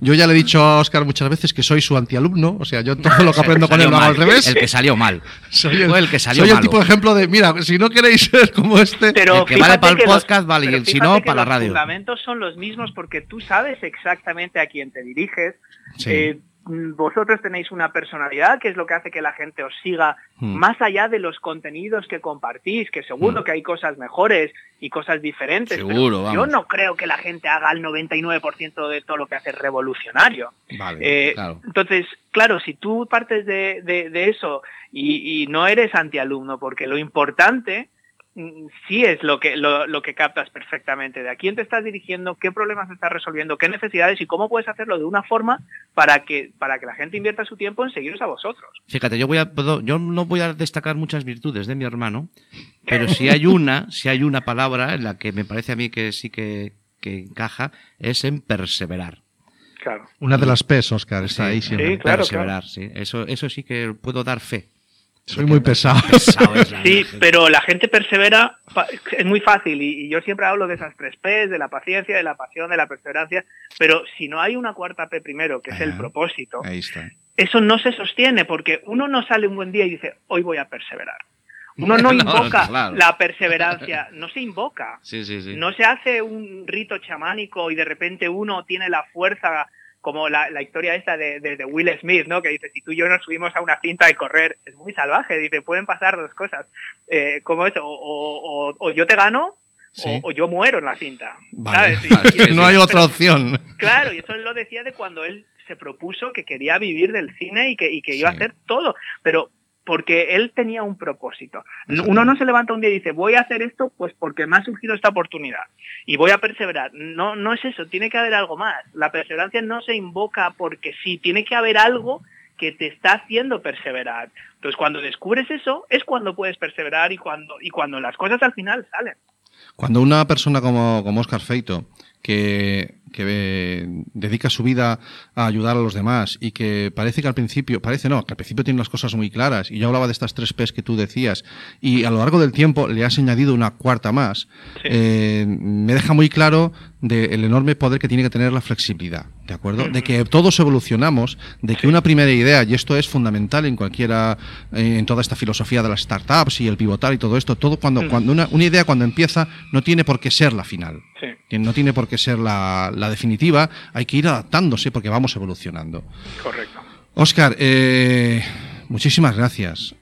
F: Yo ya le he dicho a Oscar muchas veces que soy su antialumno, o sea, yo todo lo que aprendo con él
H: Salió
F: lo hago al
H: mal,
F: revés.
H: El que salió mal.
F: Soy
H: Fue el que salió
F: soy el
H: malo.
F: tipo de ejemplo de, mira, si no queréis ser como este,
G: Pero
H: El que vale
G: fíjate
H: para el
G: que los-
H: podcast, vale, y
G: pero
H: el si
G: fíjate
H: no,
G: que
H: para la
G: los
H: radio.
G: Los fundamentos son los mismos porque tú sabes exactamente a quién te diriges.
F: Sí.
G: Eh, mm, vosotros tenéis una personalidad que es lo que hace que la gente os siga
F: Hmm.
G: más allá de los contenidos que compartís, que seguro que hay cosas mejores y cosas diferentes. pero
H: Hmm. Seguro, vamos.
G: Yo no creo que la gente haga el 99% de todo lo que hace revolucionario.
H: Vale,
G: Eh,
H: claro.
G: Entonces, claro, si tú partes de, de- de eso y, y no eres antialumno, porque lo importante mm, sí es lo que, lo, lo que captas perfectamente, de a quién te estás dirigiendo, qué problemas estás resolviendo, qué necesidades y cómo puedes hacerlo de una forma para que, para que la gente invierta su tiempo en seguiros a vosotros.
H: Fíjate, yo voy a, puedo- yo no voy a destacar muchas virtudes de mi hermano, pero si hay una, si hay una palabra en la que me parece a mí que sí que, que encaja, es en perseverar.
G: Claro.
F: Una de las P's, Oscar, está ahí siempre.
G: Sí, claro,
H: perseverar, sí. Eso, eso sí que puedo dar fe.
F: Soy muy pesado.
H: Pesado es la
G: Sí,
H: vida.
G: pero la gente persevera, pa- es muy fácil y, y yo siempre hablo de esas tres P's, de la paciencia, de la pasión, de la perseverancia, pero si no hay una cuarta P primero, que es el
F: Ajá.
G: propósito,
F: Ahí está.
G: eso no se sostiene porque uno no sale un buen día y dice, hoy voy a perseverar. Uno no
H: No,
G: invoca
H: claro.
G: la perseverancia, no se invoca.
H: Sí, sí, sí.
G: No se hace un rito chamánico y de repente uno tiene la fuerza, como la, la historia esta de, de- de Will Smith, ¿no? Que dice, si tú y yo nos subimos a una cinta de correr, es muy salvaje, dice, pueden pasar dos cosas, eh, como eso, o, o- o- o yo te gano,
F: Sí.
G: o, o yo muero en la cinta.
F: Vale.
G: ¿sabes? Y- y-
F: no hay
G: pero-
F: otra opción.
G: Claro, y eso él lo decía de cuando él se propuso que quería vivir del cine y que, y que iba
F: Sí.
G: a hacer todo, pero porque él tenía un propósito. No- Uno no se levanta un día y dice, voy a hacer esto pues porque me ha surgido esta oportunidad y voy a perseverar. No, no es eso, tiene que haber algo más. La perseverancia no se invoca porque sí, tiene que haber algo que te está haciendo perseverar. Entonces, cuando descubres eso, es cuando puedes perseverar y cuando, y cuando las cosas al final salen.
F: Cuando una persona como, como Oscar Feito, que, que eh, dedica su vida a ayudar a los demás y que parece que al principio, parece no, que al principio tiene las cosas muy claras, y yo hablaba de estas tres P's que tú decías, y a lo largo del tiempo le has añadido una cuarta más, eh, me deja muy claro del enorme poder que tiene que tener la flexibilidad, ¿de acuerdo? De que todos evolucionamos, de que una primera idea, y esto es fundamental en cualquiera, eh, en toda esta filosofía de las startups y el pivotar y todo esto, todo cuando, cuando una, una idea cuando empieza no tiene por qué ser la final. Que no tiene por qué ser la, la definitiva, hay que ir adaptándose porque vamos evolucionando.
G: correcto.
F: Oscar, eh, muchísimas gracias.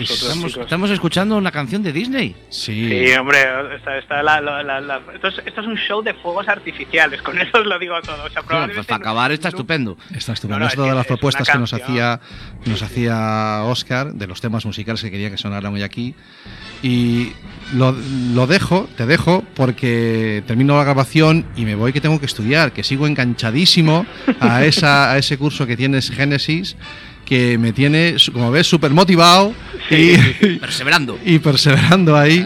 H: Estamos, estamos escuchando una canción de Disney. pues
G: Sí, hombre, está, está la- la- la- la- esto, es, esto es un show de fuegos artificiales, con eso os lo digo todo. O sea,
H: Bueno,
G: probablemente
H: pues para acabar está
G: nu-
H: estupendo.
F: Está
G: No,
F: estupendo.
G: no,
F: es
G: es
F: todas
G: que
F: las
G: es una
F: propuestas que nos
G: canción.
F: hacía, nos hacía Oscar de los temas musicales que quería que sonaran hoy aquí. Y lo, lo dejo, te dejo, porque termino la grabación y me voy que tengo que estudiar, que sigo enganchadísimo a, esa, a ese curso que tienes Génesis, que me tiene, como ves, súper motivado y,
H: Perseverando.
F: y perseverando ahí.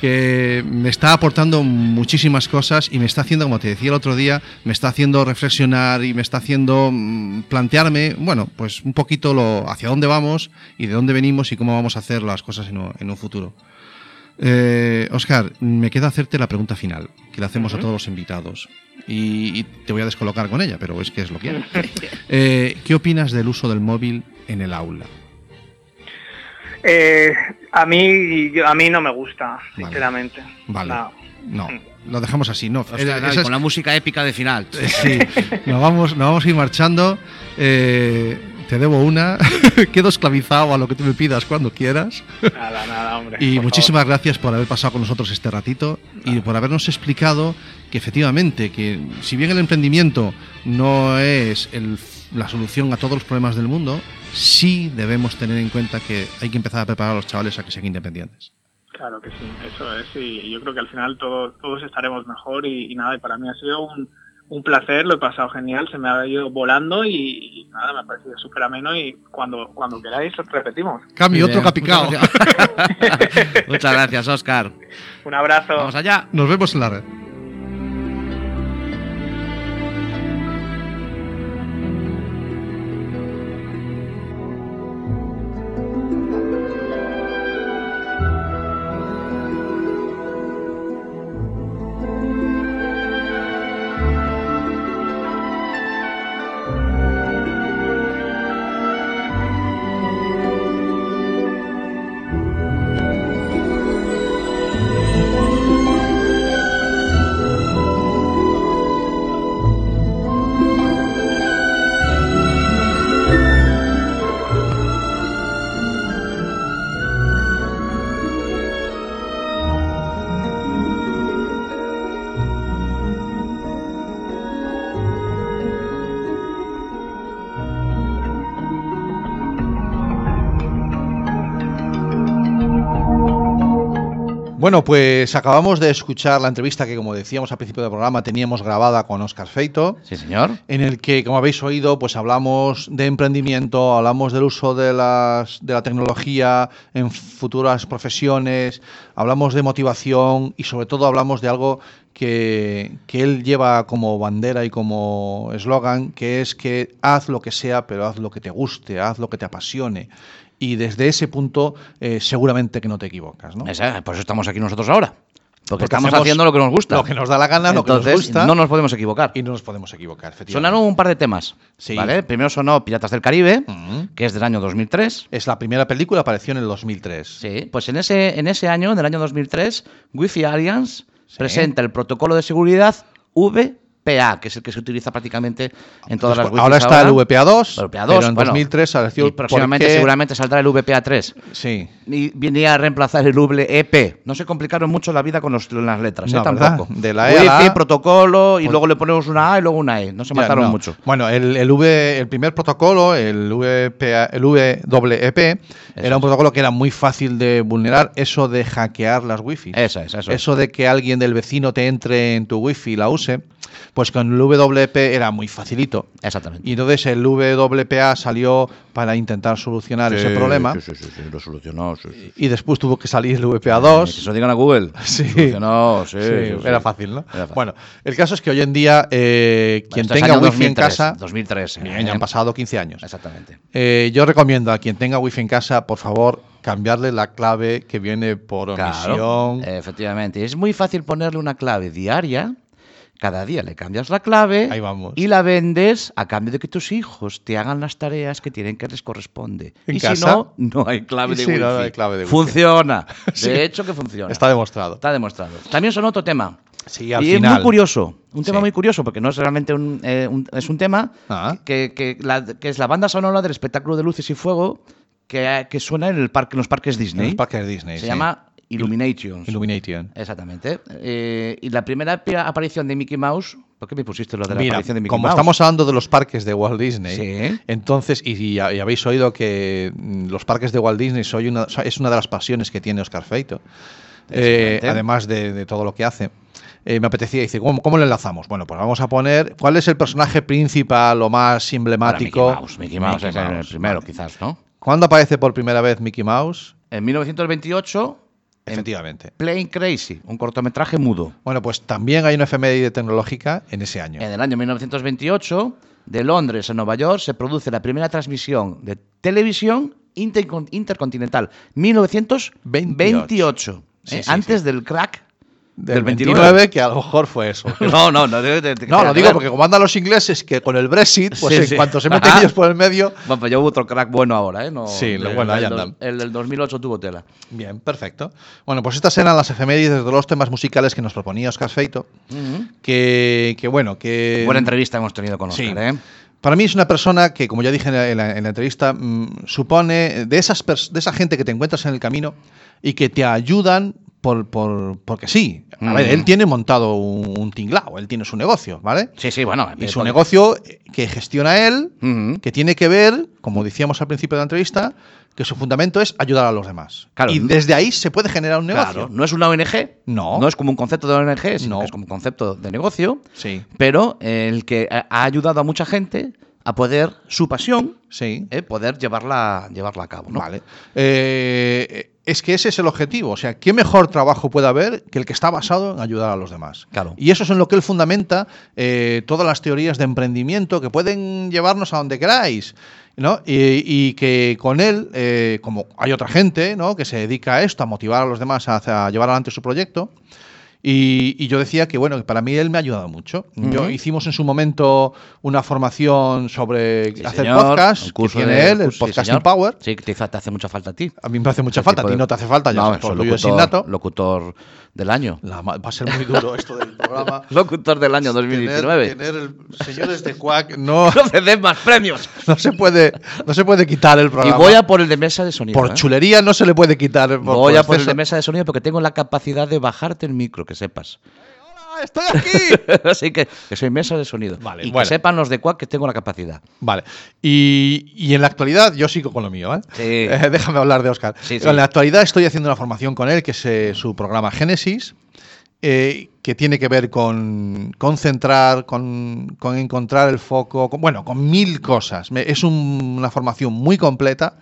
F: que me está aportando muchísimas cosas y me está haciendo, como te decía el otro día, me está haciendo reflexionar y me está haciendo mm, plantearme, bueno, pues un poquito lo, hacia dónde vamos y de dónde venimos y cómo vamos a hacer las cosas en, un- en un futuro. Eh, Oscar, me queda hacerte la pregunta final, que le hacemos a todos los invitados. Y, y te voy a descolocar con ella, pero es que es lo que hay. Eh, ¿Qué opinas del uso del móvil en el aula?
G: Eh, a mí yo- a mí no me gusta, sinceramente.
F: Vale.
G: No.
F: No, lo dejamos así, no.
H: Hostia,
F: Eh,
H: claro, y
F: esas-
H: con la música épica de final.
F: Sí, nos vamos, nos vamos a ir marchando. Eh, te debo una. Quedo esclavizado a lo que tú me pidas cuando quieras.
G: Nada, nada, hombre.
F: Y
G: por
F: muchísimas gracias por haber pasado con nosotros este ratito y por habernos explicado que efectivamente, que si bien el emprendimiento no es el- la solución a todos los problemas del mundo, sí debemos tener en cuenta que hay que empezar a preparar a los chavales a que sean independientes.
G: Claro que sí, eso es. Y yo creo que al final todo- todos estaremos mejor y, y nada, y para mí ha sido un, un placer, lo he pasado genial, se me ha ido volando y, y nada, me ha parecido súper ameno y cuando, cuando queráis repetimos.
F: Cambio, otro
H: Muy bien.
F: capicao.
H: Muchas gracias. Muchas gracias, Oscar.
G: Un abrazo.
H: Vamos allá.
F: Nos vemos en la red.
C: Bueno, pues acabamos de escuchar la entrevista que, como decíamos al principio del programa, teníamos grabada con Oscar Feito.
D: Sí, señor.
C: en el que, como habéis oído, pues hablamos de emprendimiento, hablamos del uso de, las, de la tecnología en futuras profesiones, hablamos de motivación y sobre todo hablamos de algo que, que él lleva como bandera y como eslogan, que es que haz lo que sea, pero haz lo que te guste, haz lo que te apasione. Y desde ese punto eh, seguramente que no te equivocas, ¿no?
D: Esa- por eso estamos aquí nosotros ahora. Porque,
C: Porque
D: estamos
C: hacemos
D: haciendo lo que nos gusta.
C: Lo que nos da la gana, lo que
D: Entonces,
C: nos gusta.
D: no nos podemos equivocar.
C: Y no nos podemos equivocar, efectivamente.
D: Sonaron un par de temas.
C: Sí. Mm.
D: ¿vale? Primero sonó Piratas del Caribe,
C: Ujú.
D: que es del año 2003.
C: Es la primera película, apareció en el 2003.
D: Sí, pues en ese, en ese año, en el año 2003, Wi-Fi Alliance
C: Sí.
D: presenta el protocolo de seguridad VPA, que es el que se utiliza prácticamente en todas las
C: Después-
D: Wi-Fi.
C: Pues ahora está el VPA2,
D: El VPA2,
C: pero en
D: bueno,
C: 2003 apareció
D: Y próximamente,
C: porque-
D: seguramente, saldrá el VPA3.
C: Sí.
D: Y vendría a reemplazar el VEP. No se complicaron mucho la vida con, los- con las letras,
C: No,
D: ¿eh?
C: ¿verdad?
D: Tampoco.
C: De la E a la
D: Wi-Fi,
C: A.
D: protocolo, y luego le ponemos una A y luego una E. No se
C: Ya,
D: mataron
C: no.
D: mucho.
C: Bueno, el, el V, el primer protocolo, el, VPA, el VWEP, era un protocolo que era muy fácil de vulnerar, eso de hackear las wifi.
D: Esa es, eso es.
C: Eso de que alguien del vecino te entre en tu wifi y la use, pues con el WP era muy facilito.
D: Exactamente.
C: Y entonces el WPA salió para intentar solucionar ese
D: Sí,
C: problema
D: Sí, sí, sí, sí, lo solucionó. sí, sí.
C: y después tuvo que salir el
D: Eh, que
C: WPA2.
D: se lo digan a Google.
C: Sí.
D: Solucionó, sí,
C: Sí,
D: sí, sí.
C: era fácil, ¿no?
D: Era fácil.
C: Bueno, el caso es que hoy en día eh,
D: Bueno,
C: quien
D: esto es
C: tenga
D: año
C: wifi en
D: 2003,
C: casa,
D: 2003.
C: bien,
D: ¿eh?
C: ya han pasado 15 años.
D: Exactamente.
C: Eh, yo recomiendo a quien tenga wifi en casa, por favor, cambiarle la clave que viene por omisión.
D: Eh, Efectivamente. Es muy fácil ponerle una clave diaria. Cada día le cambias la clave
C: Ahí vamos.
D: y la vendes a cambio de que tus hijos te hagan las tareas que tienen que les corresponde.
C: ¿En
D: y si
C: casa?
D: no, no hay clave
C: Y
D: de
C: si
D: wifi.
C: no, no hay clave de wifi.
D: Funciona. De
C: Sí.
D: hecho que funciona.
C: Está demostrado.
D: Está demostrado. También son otro tema.
C: Sí, al
D: y es
C: final.
D: muy curioso. Un tema
C: Sí.
D: muy curioso, porque no es realmente un, eh, un- es un tema
C: Ah.
D: que, que la- que es la banda sonora del espectáculo de luces y fuego que, que suena en, el parque, en los parques
C: En
D: Disney.
C: los parques Disney.
D: Se
C: sí.
D: llama Illuminations.
C: Illumination.
D: Exactamente. Eh, y la primera pi- aparición de Mickey Mouse. ¿Por qué me pusiste lo de la
C: Mira,
D: aparición de Mickey
C: como
D: Mouse?
C: estamos hablando de los parques de Walt Disney,
D: Sí.
C: entonces, y, y- y habéis oído que mm, los parques de Walt Disney soy una, so- es una de las pasiones que tiene Oscar Feito, eh,
D: Exactamente.
C: además de, de todo lo que hace. Eh, me apetecía, dice, ¿cómo, ¿cómo lo enlazamos? Bueno, pues vamos a poner, ¿cuál es el personaje principal o más
D: Ahora, Mickey
C: emblemático?
D: Mouse. Mickey Mouse
C: Mickey
D: es el
C: Mouse,
D: primero,
C: vale.
D: quizás, ¿no?
C: ¿Cuándo aparece por primera vez Mickey Mouse?
D: En 1928
C: Efectivamente.
D: Playing Crazy, un cortometraje mudo.
C: Bueno, pues también hay una efeméride tecnológica en ese año.
D: En el año 1928, de Londres a Nueva York, se produce la primera transmisión de televisión intercon- intercontinental, 1928.
C: Sí,
D: ¿eh?
C: sí,
D: antes
C: sí.
D: del crack.
C: Del,
D: del
C: 29,
D: 29,
C: que a lo mejor fue eso.
D: No, no, no. de- de- de-
C: No, lo
D: espérate,
C: digo
D: a ver.
C: porque como andan los ingleses que con el Brexit, pues
D: Sí,
C: en
D: sí.
C: cuanto se meten
D: Ajá.
C: ellos por el medio...
D: Bueno, pues yo hubo otro crack bueno ahora, ¿eh? No,
C: Sí, lo
D: el-
C: bueno, ahí
D: el,
C: andan.
D: El del 2008 tuvo tela.
C: Bien, perfecto. Bueno, pues estas eran las efemérides de los temas musicales que nos proponía Oscar Feito. que, que, bueno, que...
D: Buena entrevista hemos tenido con Oscar,
C: Eh, sí.
D: ¿eh?
C: Para mí es una persona que, como ya dije en la, en la- en la entrevista, mm, supone de, esas pers- de esa gente que te encuentras en el camino y que te ayudan por, por- porque sí. A
D: Mm.
C: ver, él tiene montado un, un tinglao, él tiene su negocio, ¿vale?
D: Sí, sí, bueno.
C: Y
D: eh,
C: su
D: con-
C: negocio eh, que gestiona él,
D: Ujú.
C: que tiene que ver, como decíamos al principio de la entrevista, que su fundamento es ayudar a los demás.
D: Claro.
C: y desde ahí se puede generar un negocio.
D: Claro, no es una ONG.
C: No.
D: No es como un concepto de ONG, sino
C: No.
D: que es como un concepto de negocio.
C: Sí,
D: pero el que ha ha ayudado a mucha gente a poder su pasión,
C: sí.
D: eh, poder llevarla, llevarla a cabo. ¿no?
C: Vale. Eh, es que ese es el objetivo. O sea, ¿qué mejor trabajo puede haber que el que está basado en ayudar a los demás?
D: Claro.
C: Y eso es en lo que él fundamenta eh, todas las teorías de emprendimiento que pueden llevarnos a donde queráis. ¿no? Y, y que con él, eh, como hay otra gente ¿no? que se dedica a esto, a motivar a los demás a, a llevar adelante su proyecto, y, y yo decía que, bueno, que para mí él me ha ayudado mucho. Yo
D: Ujú.
C: hicimos en su momento una formación sobre
D: Sí,
C: hacer
D: señor,
C: podcast,
D: un
C: que
D: curso
C: tiene
D: de-
C: él, el
D: curso, sí,
C: Podcasting
D: señor.
C: Power.
D: Sí, que te, fa- te hace mucha falta a ti.
C: A mí me hace mucha
D: Ese
C: falta, a
D: tipo
C: ti
D: de-
C: no te hace falta, ya
D: No,
C: sabes,
D: eso,
C: todo tuyo es
D: locutor,
C: sin dato.
D: locutor del año.
C: La ma- va a ser muy duro esto del programa.
D: Locutor del año 2019.
C: Pues Tener, tener el- señores de Quack, no,
D: No me den más premios.
C: no, se puede, no se puede quitar el
D: Y
C: programa.
D: voy a por el de mesa de sonido.
C: por
D: ¿eh?
C: chulería no se le puede quitar. por-
D: Voy a por el
C: exceso.
D: de mesa de sonido porque tengo la capacidad de bajarte el micro, que sepas.
C: ¡Ah, ¡Estoy aquí!
D: Así que, que soy mesa de sonido.
C: Vale,
D: y
C: bueno.
D: que sepan los de Quack que tengo la capacidad.
C: Vale. Y, y en la actualidad, yo sigo con lo mío, ¿eh?
D: Sí.
C: Eh, déjame hablar de Oscar.
D: Sí, sí.
C: En la actualidad estoy haciendo una formación con él, que es eh, su programa Génesis, eh, que tiene que ver con concentrar, con, con encontrar el foco, con- bueno, con mil cosas. Me- es un- una formación muy completa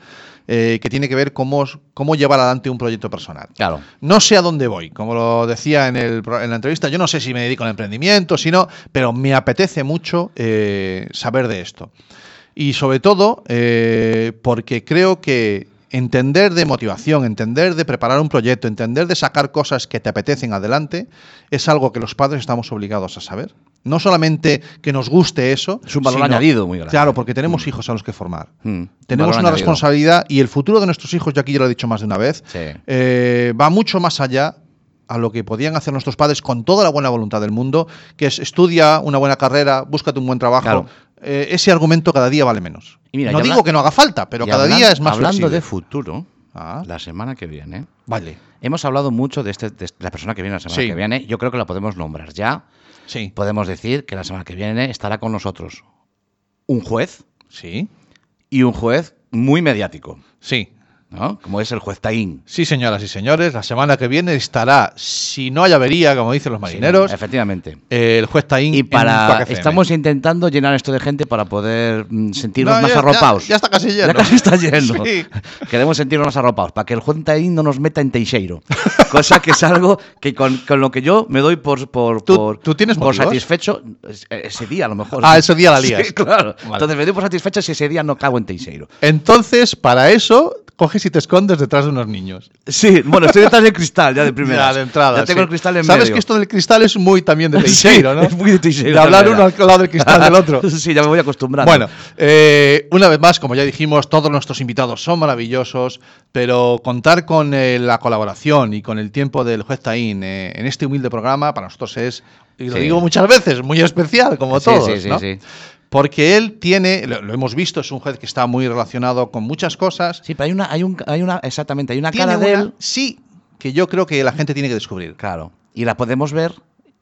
C: eh, que tiene que ver cómo, os- cómo llevar adelante un proyecto personal.
D: Claro.
C: No sé a dónde voy, como lo decía en, el pro- en la entrevista, yo no sé si me dedico al emprendimiento, si no, pero me apetece mucho eh, saber de esto. Y sobre todo eh, porque creo que entender de motivación, entender de preparar un proyecto, entender de sacar cosas que te apetecen adelante, es algo que los padres estamos obligados a saber. No solamente que nos guste eso.
D: Es un valor añadido muy grande.
C: Claro, porque tenemos hijos a los que formar.
D: Mm,
C: Tenemos
D: valor
C: una
D: añadido.
C: responsabilidad y el futuro de nuestros hijos, yo aquí ya lo he dicho más de una vez,
D: Sí.
C: eh, va mucho más allá a lo que podían hacer nuestros padres con toda la buena voluntad del mundo, que es estudia una buena carrera, búscate un buen trabajo.
D: Claro.
C: Eh, ese argumento cada día vale menos.
D: Y mira,
C: no
D: y habla-
C: digo que no haga falta, pero
D: Y
C: cada
D: hablan-
C: día es más
D: Hablando
C: flexible.
D: de futuro,
C: Ah.
D: la semana que viene,
C: Vale,
D: hemos hablado mucho de, este, de la persona que viene la semana
C: Sí.
D: que viene. Yo creo que la podemos nombrar ya.
C: sí,
D: Podemos decir que la semana que viene estará con nosotros un juez
C: sí,
D: y un juez muy mediático,
C: sí.
D: ¿no? Como es el juez Taín.
C: Sí, señoras y señores, la semana que viene estará, si no hay avería, como dicen los marineros,
D: Sí, efectivamente.
C: eh, el juez Taín
D: Y
C: en Quack
D: para
C: FM.
D: estamos intentando llenar esto de gente para poder mm, sentirnos
C: No,
D: más
C: ya- ya-
D: arropados.
C: Ya, está casi lleno.
D: Ya casi está lleno.
C: Sí.
D: Queremos sentirnos más arropados, para que el Juan Taín no nos meta en Teixeiro. Cosa que es algo que con, con lo que yo me doy por, por,
C: ¿Tú-
D: por,
C: tú tienes
D: por
C: motivos?
D: satisfecho es- eh, ese día, a lo mejor.
C: Ah, ese día la lías.
D: Sí, claro.
C: Vale.
D: Entonces me doy por satisfecho si ese día no cago en Teixeiro.
C: Entonces, para eso, coges y te escondes detrás de unos niños.
D: Sí, bueno, estoy detrás del cristal ya de primera.
C: Ya, de entrada.
D: Ya tengo
C: sí.
D: el cristal en
C: Sabes
D: medio.
C: que esto del cristal es muy también de
D: Sí,
C: Teixeiro, ¿no?
D: es muy de Teixeiro
C: De hablar
D: también,
C: uno al lado del cristal del otro.
D: sí, ya me voy acostumbrando.
C: Bueno, eh, una vez más, como ya dijimos, todos nuestros invitados son maravillosos, pero contar con eh, la colaboración y con el tiempo del juez Taín eh, en este humilde programa para nosotros es, y lo
D: Sí.
C: digo muchas veces, muy especial, como
D: Sí,
C: todos.
D: sí, sí,
C: ¿no?
D: sí.
C: Porque él tiene, lo, lo hemos visto, es un juez que está muy relacionado con muchas cosas.
D: Sí, pero hay una, hay un, hay una, exactamente, hay una
C: Tiene
D: cara de
C: una-
D: él.
C: sí, que yo creo que la gente tiene que descubrir
D: Claro. Y la podemos ver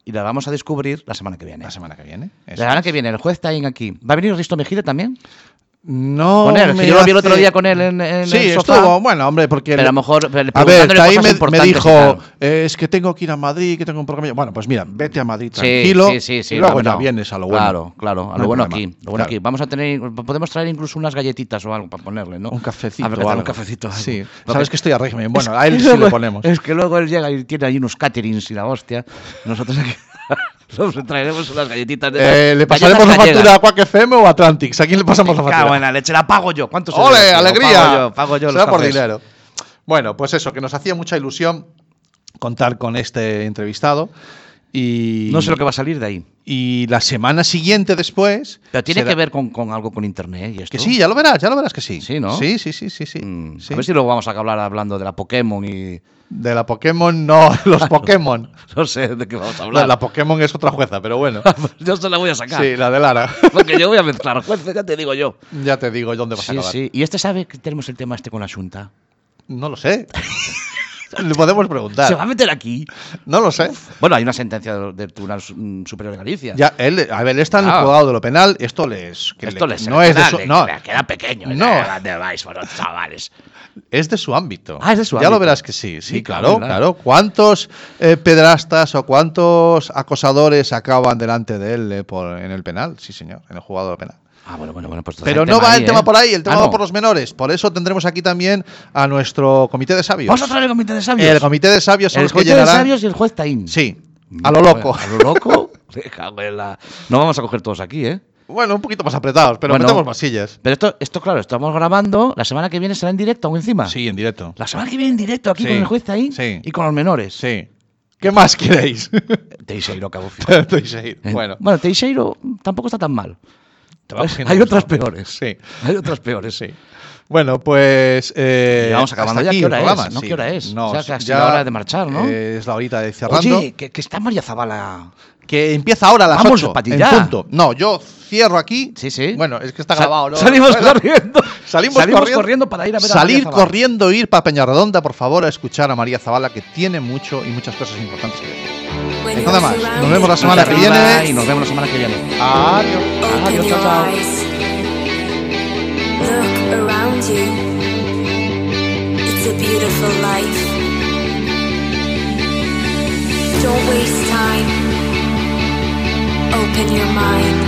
D: y la vamos a descubrir la semana que viene.
C: la semana que viene.
D: La
C: Eso.
D: semana que viene, el juez Taín aquí. ¿Va a venir Risto Mejide también?
C: No.
D: con él. que
C: me
D: yo lo vi el otro
C: hace-
D: día con él en, en
C: Sí,
D: el sofá.
C: estuvo, bueno, hombre, porque...
D: Pero a lo mejor, pero
C: A ver,
D: preguntándole
C: ahí
D: cosas
C: me, me
D: importantes y
C: dijo,
D: tal.
C: "Eh, es que tengo que ir a Madrid, que tengo un programa. Bueno, pues mira, vete a Madrid
D: Sí,
C: tranquilo
D: sí, sí, sí,
C: y luego
D: no,
C: ya
D: no.
C: vienes a lo bueno.
D: Claro, claro, a
C: No
D: lo
C: hay
D: bueno
C: problema.
D: aquí. Lo bueno
C: Claro.
D: aquí. Vamos a tener, podemos traer incluso unas galletitas o algo para ponerle, ¿no?
C: Un cafecito.
D: A ver, que tal,
C: algo.
D: un cafecito. algo.
C: Sí.
D: Lo
C: Sabes que estoy a régimen. Bueno, a
D: es
C: él
D: que
C: sí le
D: luego-
C: ponemos.
D: Es que luego él llega y tiene ahí unos caterings y la hostia. Nosotros aquí nos traeremos unas galletitas.
C: Eh, ¿Le
D: galletas
C: pasaremos la
D: gallegas.
C: factura a Quack FM o a Atlantics? ¿A quién le pasamos la
D: Me cago en
C: factura?
D: la leche, la pago yo. ¿Cuántos
C: ¡Ole, alegría!
D: Pago yo, pago yo.
C: Será
D: los
C: por
D: cafés.
C: dinero. Bueno, pues eso, que nos hacía mucha ilusión contar con este entrevistado. Y,
D: No sé lo que va a salir de ahí.
C: y la semana siguiente después.
D: Pero tiene
C: será-
D: que ver con, con algo con internet ¿eh? y esto.
C: Que sí, ya lo verás, ya lo verás que sí.
D: Sí, ¿no?
C: Sí, sí, sí, sí. sí.
D: Mm,
C: Sí.
D: A ver si luego vamos a acabar hablando de la Pokémon y.
C: De la Pokémon, no, los Pokémon.
D: No sé de qué vamos a
C: La,
D: hablar.
C: la Pokémon es otra jueza, pero bueno.
D: yo se la voy a sacar.
C: Sí, la de Lara.
D: Porque yo voy a mezclar jueces, ya te digo yo.
C: ya te digo dónde vas a
D: Sí,
C: acabar.
D: sí. ¿Y este sabe que tenemos el tema este con la Junta?
C: No lo sé. Le podemos
D: ¿Se va a
C: preguntar.
D: meter aquí?
C: No lo sé.
D: Bueno, hay una sentencia del del Tribunal Su- mm, Superior de Galicia.
C: Ya, él, a ver, él está en el
D: Ah.
C: juzgado de lo penal. Esto les. que
D: Esto
C: le-
D: les
C: no es de
D: queda-
C: su,
D: le-
C: no,
D: le queda pequeño.
C: No.
D: ¿eh? ¿Dónde vais, vosotros, chavales?
C: es de su ámbito.
D: Ah, es de su
C: Ya lo
D: ámbito.
C: verás que sí. Sí,
D: Sí,
C: claro,
D: claro,
C: claro.
D: claro.
C: ¿Cuántos eh, pedrastas o cuántos acosadores acaban delante de él eh, por, en el penal? Sí, señor, en el juzgado de lo penal.
D: Ah, bueno, bueno, bueno. Pues entonces
C: Pero
D: hay
C: no va el
D: ahí,
C: tema
D: ¿eh?
C: por ahí, el tema
D: Ah,
C: va
D: no.
C: por los menores. Por eso tendremos aquí también a nuestro comité de sabios.
D: Vamos a traer el comité de sabios.
C: El comité de sabios son
D: El
C: los que
D: comité de
C: llenarán.
D: sabios y el juez Taín. Mm,
C: Sí, a lo loco.
D: A lo loco. Me cago en la- No vamos a coger todos aquí, ¿eh?
C: Bueno, un poquito más apretados, pero
D: Bueno.
C: metemos más sillas.
D: Pero esto, esto, claro, estamos grabando. La semana que viene será en directo aún encima.
C: Sí, en directo.
D: La semana que viene en directo aquí
C: Sí,
D: con el juez Taín
C: sí.
D: y con los menores.
C: Sí. ¿Qué más queréis?
D: Teixeiro, cabo. fijo.
C: Estoy seguido. Bueno,
D: Eh, bueno, Teixeiro tampoco está tan mal.
C: te vamos
D: Hay
C: haciendo
D: otras
C: gusto.
D: peores.
C: Sí.
D: Hay otras peores,
C: Sí. Bueno, pues. Eh,
D: Y vamos acabando
C: hasta
D: ya.
C: aquí
D: ¿Qué
C: el
D: hora
C: programa,
D: es? ¿No?
C: sí.
D: ¿Qué hora es?
C: No,
D: O sea, casi la hora de marchar, ¿no?
C: eh, es la horita de cerrando.
D: Oye, que, que está María Zabala.
C: que empieza ahora a las
D: Vamos,
C: 8.
D: Pati,
C: en
D: ya.
C: punto. No, yo cierro aquí.
D: Sí, sí.
C: Bueno, es que está
D: Sa-
C: grabado, ¿no?
D: Salimos
C: Bueno,
D: corriendo.
C: Salimos, corriendo,
D: para ir a ver a
C: Salir
D: María Zabala.
C: corriendo, ir para Peñarredonda, por favor, a escuchar a María Zabala, que tiene mucho y muchas cosas importantes que decir.
A: When
C: Nada
A: you're
C: más. Nos
A: surrounded
C: vemos la
A: by
C: semana que
A: the
C: viene.
A: lies,
D: Y nos vemos la semana que viene.
C: Adiós.
A: Open your eyes. Look around you. It's a beautiful life. Don't waste time. Open your mind.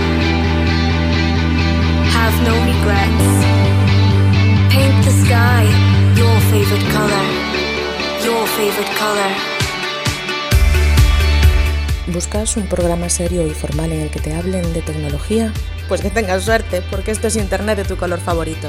A: Have no regrets. Paint the sky your favorite color. Your favorite color.
J: ¿Buscas un programa serio y formal en el que te hablen de tecnología?
B: Pues que tengas suerte, porque esto es Internet de tu color favorito.